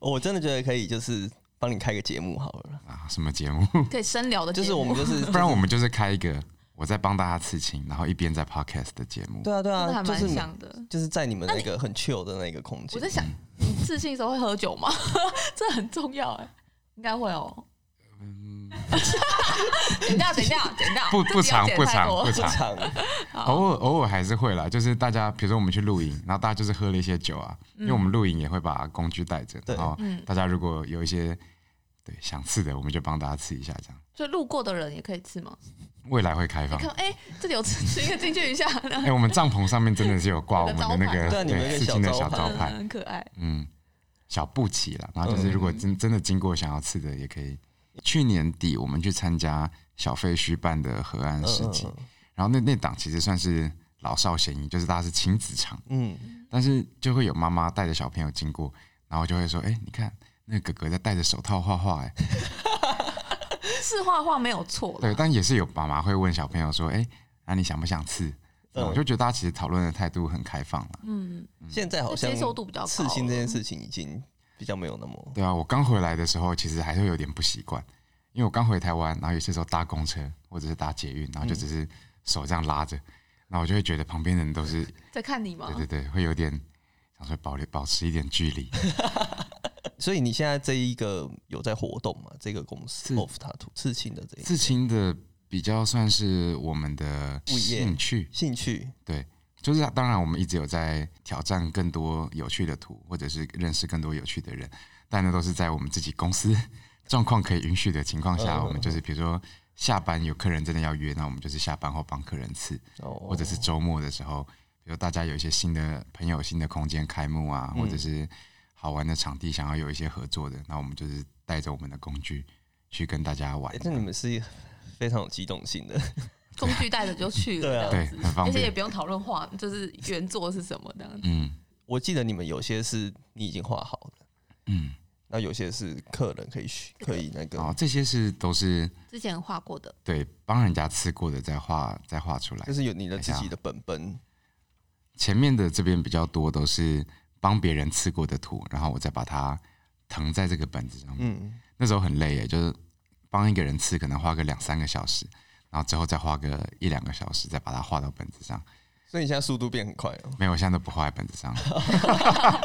[SPEAKER 1] 我真的觉得可以，就是帮你开个节目好了，
[SPEAKER 3] 啊？什么节目？
[SPEAKER 2] 可以深聊的
[SPEAKER 1] 就
[SPEAKER 2] 节目，
[SPEAKER 1] 是我们
[SPEAKER 2] (laughs)
[SPEAKER 1] 就是，
[SPEAKER 3] 不然我们就是开一个我在帮大家刺青，然后一边在 podcast 的节目。
[SPEAKER 1] 对啊对
[SPEAKER 2] 真的
[SPEAKER 1] 啊，
[SPEAKER 2] 还
[SPEAKER 1] 就
[SPEAKER 2] 蛮
[SPEAKER 1] 是
[SPEAKER 2] 像的。
[SPEAKER 1] 就是在你们那个很 chill 的那个空
[SPEAKER 2] 我
[SPEAKER 1] 间
[SPEAKER 2] 在，想，
[SPEAKER 3] 嗯
[SPEAKER 2] 你自信的时候会喝酒吗？ (laughs) 这很重要哎，应该会哦。
[SPEAKER 3] 嗯，
[SPEAKER 2] 剪掉，剪 (laughs) 掉，剪掉，
[SPEAKER 3] 不
[SPEAKER 2] 这
[SPEAKER 3] 不
[SPEAKER 2] 集要
[SPEAKER 3] 长
[SPEAKER 2] 剪
[SPEAKER 3] 不
[SPEAKER 2] 太
[SPEAKER 3] 长
[SPEAKER 2] 多
[SPEAKER 1] 不
[SPEAKER 3] 不长，
[SPEAKER 1] 长，
[SPEAKER 3] 偶尔偶尔还是会啦。就是大家，比如说我们去露营，然后大家就是喝了一些酒啊，因为我们露营也会把工具带着，
[SPEAKER 1] 对
[SPEAKER 3] 然后
[SPEAKER 2] 嗯，
[SPEAKER 3] 大家如果有一些对想刺的，我们就帮大家刺一下，这样
[SPEAKER 2] 所以路过的人也可以吃吗？
[SPEAKER 3] 未来会开
[SPEAKER 2] 你
[SPEAKER 3] (laughs) 放。
[SPEAKER 2] 看，哎，这里有吃，吃一个进去一下， (laughs)
[SPEAKER 3] 哎、我们帐篷上面真的是有挂我们的那个
[SPEAKER 1] 有个招牌对啊你们有个
[SPEAKER 3] 对刺青的小
[SPEAKER 1] 小
[SPEAKER 3] 招
[SPEAKER 1] 招
[SPEAKER 2] 嗯，
[SPEAKER 3] 牌，
[SPEAKER 2] 很可爱。
[SPEAKER 3] 嗯，小布旗啦。然后就是如果真真的经过想要刺的，也可以。去年底我们去参加小废墟办的河岸市集，然后那那档其实算是老少咸宜，就是大家是亲子场。
[SPEAKER 1] 嗯嗯
[SPEAKER 3] 但是就会有妈妈带着小朋友经过，然后就会说：“哎、你看那个哥哥在戴着手套画画。”哎，
[SPEAKER 2] 是画画没有错
[SPEAKER 3] 对，
[SPEAKER 2] 啦，
[SPEAKER 3] 但也是有妈妈会问小朋友说：“哎、那、你想不想刺？”
[SPEAKER 1] 嗯
[SPEAKER 3] 我就觉得大家其实讨论的态度很开放了。
[SPEAKER 2] 嗯，
[SPEAKER 1] 嗯，现在好像
[SPEAKER 2] 接受度比较高了
[SPEAKER 1] 刺青这件事情已经比较没有那么，
[SPEAKER 3] 对啊，我刚回来的时候其实还是会有点不习惯，因为我刚回台湾，然后有些时候搭公车或者是搭捷运，然后就只是手这样拉着，然后我就会觉得旁边的人都是
[SPEAKER 2] 在看你吗
[SPEAKER 3] 对？对对，会有点想说保留保持一点距离。
[SPEAKER 1] 所以你现在这一个有在活动嘛？这个公司
[SPEAKER 3] 是
[SPEAKER 1] Off Tattoo 刺青的这一个
[SPEAKER 3] 刺青的比较算是我们的
[SPEAKER 1] 副业
[SPEAKER 3] 兴趣，
[SPEAKER 1] 兴趣，
[SPEAKER 3] 就是当然，我们一直有在挑战更多有趣的图，或者是认识更多有趣的人，但那都是在我们自己公司状况可以允许的情况
[SPEAKER 1] 嗯嗯
[SPEAKER 3] 下，
[SPEAKER 1] 嗯
[SPEAKER 3] 我们就是比如说下班有客人真的要约，那我们就是下班后帮客人刺，
[SPEAKER 1] 哦
[SPEAKER 3] 或者是周末的时候，比如大家有一些新的朋友、新的空间开幕啊，
[SPEAKER 1] 嗯
[SPEAKER 3] 或者是好玩的场地想要有一些合作的，那我们就是带着我们的工具去跟大家玩
[SPEAKER 1] 哎，那你们是非常有机动性的，
[SPEAKER 2] 工具带着就去
[SPEAKER 1] 对啊
[SPEAKER 2] 了这
[SPEAKER 3] 对
[SPEAKER 2] 样子，，
[SPEAKER 3] 很方
[SPEAKER 2] 而且也
[SPEAKER 3] 便。
[SPEAKER 2] 不用讨论画，就是原作是什么这样子。
[SPEAKER 3] 嗯
[SPEAKER 1] 我记得你们有些是你已经画好了，
[SPEAKER 3] 嗯，
[SPEAKER 1] 那有些是客人可以去可以那个
[SPEAKER 3] 然后，哦这些是都是
[SPEAKER 2] 之前画过的，
[SPEAKER 3] 对帮人家刺过的，再画再画出来
[SPEAKER 1] 就。是有你的自己的本本。
[SPEAKER 3] 前面的这边比较多都是帮别人刺过的图，然后我再把它腾在这个本子上面。
[SPEAKER 1] 嗯，
[SPEAKER 3] 那时候很累耶，就是帮一个人刺，可能花个两三个小时，然后之后再花个一两个小时，再把它画到本子上。
[SPEAKER 1] 所以你现在速度变很快哦。
[SPEAKER 3] 没有，我现在都不画在本
[SPEAKER 1] (laughs)
[SPEAKER 3] 子上。 (laughs)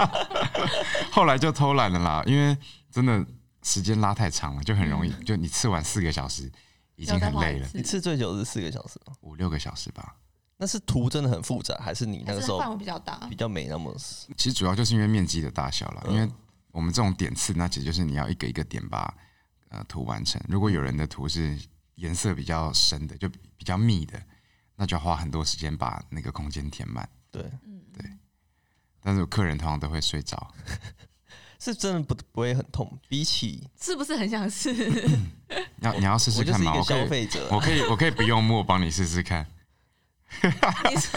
[SPEAKER 3] 后来就偷懒了啦，因为真的时间拉太长了，就很容易，
[SPEAKER 1] 嗯
[SPEAKER 3] 就你刺完四个小时已
[SPEAKER 2] 已
[SPEAKER 3] 经很累了，
[SPEAKER 1] 一次最久是四个小时哦，
[SPEAKER 3] 五六个小时吧。
[SPEAKER 1] 那是图真的很复杂，还是你那
[SPEAKER 2] 还
[SPEAKER 1] 个
[SPEAKER 2] 是嗯
[SPEAKER 1] 时候
[SPEAKER 2] 范围比较大
[SPEAKER 1] 比，较没那么？
[SPEAKER 3] 其实主要就是因为面积的大小了，
[SPEAKER 1] 嗯
[SPEAKER 3] 因为我们这种点刺，那其实就是你要一个一个点把呃图完成。如果有人的图是颜色比较深的，就比较密的，那就要花很多时间把那个空间填满。
[SPEAKER 1] 对，
[SPEAKER 3] 但是我客人通常都会睡着，
[SPEAKER 1] 是真的不不会很痛，比起
[SPEAKER 2] 是不是很想
[SPEAKER 3] (laughs)
[SPEAKER 2] 试？
[SPEAKER 3] 要你要试试
[SPEAKER 1] 我就
[SPEAKER 3] 看
[SPEAKER 1] 是一
[SPEAKER 3] 吗？
[SPEAKER 1] 个
[SPEAKER 3] 我可
[SPEAKER 1] 消
[SPEAKER 3] 以，
[SPEAKER 1] 费者，
[SPEAKER 3] 我可以，我可以不用墨帮你试试看。
[SPEAKER 2] 你是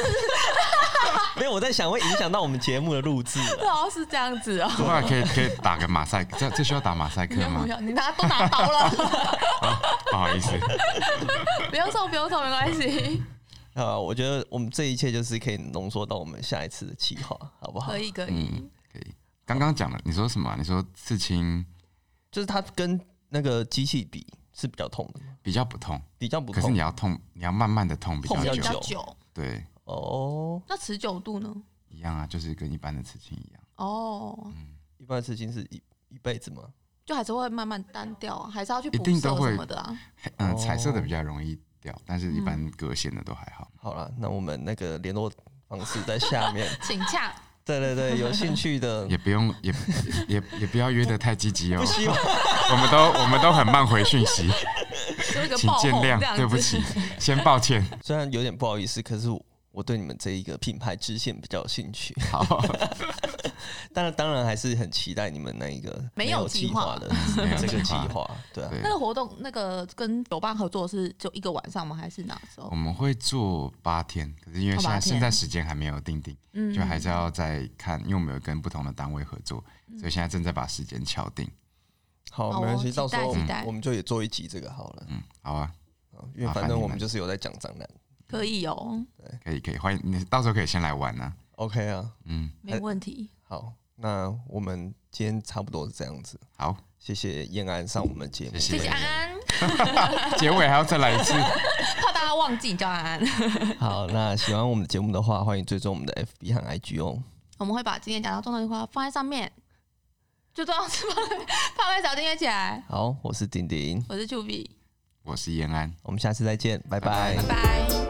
[SPEAKER 1] 没有我在想会影响到我们节目的录制啊。
[SPEAKER 2] 哦，是这样
[SPEAKER 3] (laughs)
[SPEAKER 2] 子哦。
[SPEAKER 3] 对啊，可以可以打个马赛克，这这需要打马赛克
[SPEAKER 2] 你
[SPEAKER 3] 吗
[SPEAKER 2] 不？要，你拿都拿刀了， (laughs)
[SPEAKER 3] 不好意思，
[SPEAKER 2] 不用送，不用送，没关
[SPEAKER 3] (laughs)
[SPEAKER 2] 系，
[SPEAKER 1] 啊，我觉得我们这一切就是可以浓缩到我们下一次的计划，好不好
[SPEAKER 2] 可？以可以
[SPEAKER 3] 嗯。可以。刚刚讲了，你说什么啊？你说刺青
[SPEAKER 1] 就是它跟那个机器比是比较痛的吗，
[SPEAKER 3] 比较不痛，
[SPEAKER 1] 比较不
[SPEAKER 3] 可是你
[SPEAKER 1] 痛。
[SPEAKER 3] 要痛，你要慢慢的痛比
[SPEAKER 1] 痛
[SPEAKER 3] 较
[SPEAKER 1] 比
[SPEAKER 2] 比
[SPEAKER 1] 较
[SPEAKER 2] 较
[SPEAKER 3] 久。
[SPEAKER 2] 久，
[SPEAKER 3] 对，
[SPEAKER 1] 哦，
[SPEAKER 2] 那持久度呢？
[SPEAKER 3] 一样啊，就是跟一般的刺青一样。
[SPEAKER 2] 哦，
[SPEAKER 1] 一般的事情是一一辈子吗？
[SPEAKER 2] 就还是会慢慢单调啊，还是要去
[SPEAKER 3] 一
[SPEAKER 2] 补
[SPEAKER 3] 定
[SPEAKER 2] 色
[SPEAKER 3] 都会
[SPEAKER 2] 什么的啊。
[SPEAKER 3] 嗯、
[SPEAKER 1] 哦
[SPEAKER 3] 彩色的比较容易掉，但是一
[SPEAKER 2] 嗯
[SPEAKER 3] 般隔线的都还好。
[SPEAKER 1] 好啦，那我们那个联络方式在下面。
[SPEAKER 3] (laughs)
[SPEAKER 2] 请洽
[SPEAKER 1] 对对对，有兴趣的
[SPEAKER 3] 也不用，
[SPEAKER 2] (laughs)
[SPEAKER 3] 也也也也不要约得太积极哦
[SPEAKER 1] 不。希望
[SPEAKER 3] 我们都我们都很慢回讯息，
[SPEAKER 2] (laughs) 就一个
[SPEAKER 3] 请
[SPEAKER 2] 爆
[SPEAKER 3] 见
[SPEAKER 2] 红这样
[SPEAKER 3] 谅，
[SPEAKER 2] 子，
[SPEAKER 3] 对不起，先
[SPEAKER 2] (laughs)
[SPEAKER 3] 抱歉。
[SPEAKER 1] 虽然有点不好意思，可是我我对你们这一个品牌支线比较有兴趣。 (laughs)
[SPEAKER 3] 好，
[SPEAKER 1] 当然当然还是很期待你们那一个
[SPEAKER 2] 没有
[SPEAKER 1] 有
[SPEAKER 2] 计
[SPEAKER 1] 划
[SPEAKER 2] 划
[SPEAKER 1] 的
[SPEAKER 3] 没
[SPEAKER 1] (laughs)
[SPEAKER 3] 有
[SPEAKER 1] 这个
[SPEAKER 3] 计
[SPEAKER 1] 计
[SPEAKER 3] 划
[SPEAKER 1] 划，对啊，
[SPEAKER 3] 对
[SPEAKER 2] 那，个活动，那个跟酒吧合作是就一个晚上吗？还是哪时候
[SPEAKER 3] (laughs) 我？们会做八天，可是因为
[SPEAKER 2] 哦
[SPEAKER 3] 现
[SPEAKER 2] 八
[SPEAKER 3] 在
[SPEAKER 2] 天
[SPEAKER 3] 现在时间还没有定定，
[SPEAKER 2] 嗯
[SPEAKER 3] 就还是要再看，因为我们有跟不同的单位合作，
[SPEAKER 2] 嗯
[SPEAKER 3] 所以现在正在把时间敲定。
[SPEAKER 1] 好，
[SPEAKER 2] 好
[SPEAKER 1] 没关
[SPEAKER 2] 哦
[SPEAKER 1] 系，
[SPEAKER 2] 期
[SPEAKER 1] 到时
[SPEAKER 2] 待
[SPEAKER 1] 候我
[SPEAKER 2] 期
[SPEAKER 1] 们
[SPEAKER 2] 待
[SPEAKER 1] 我们就也做一集这个好了，
[SPEAKER 3] 嗯，好啊，
[SPEAKER 1] 嗯因为
[SPEAKER 3] 麻
[SPEAKER 1] 反
[SPEAKER 3] 烦
[SPEAKER 1] 正
[SPEAKER 3] 你
[SPEAKER 1] 我们
[SPEAKER 3] 们
[SPEAKER 1] 就是有在讲展览
[SPEAKER 2] 可以哦，
[SPEAKER 3] 可以可以，欢迎你，到时候可以先来玩啊。
[SPEAKER 1] ，OK 啊，
[SPEAKER 3] 嗯，
[SPEAKER 2] 没问题。
[SPEAKER 1] 好，那我们今天差不多是这样子，
[SPEAKER 2] (laughs)
[SPEAKER 3] 好， (laughs)
[SPEAKER 1] 谢谢燕安上我们节目，
[SPEAKER 2] 谢
[SPEAKER 3] 谢
[SPEAKER 2] 谢安安，
[SPEAKER 3] 结尾还要再来一次。
[SPEAKER 2] 怕大家忘记你叫安安。
[SPEAKER 1] 好，那喜欢我们的节目的话，欢迎追踪我们的 FB 和 IG 哦，
[SPEAKER 2] 我们会把今天讲到重头的话放在上面，就重要 (laughs) 是放在放在小订阅起来。
[SPEAKER 1] 好，我是丁丁，
[SPEAKER 2] 我是 Q B，
[SPEAKER 3] 我是延安。
[SPEAKER 1] 我们下次再见，拜
[SPEAKER 3] 拜
[SPEAKER 1] 拜
[SPEAKER 2] 拜。拜。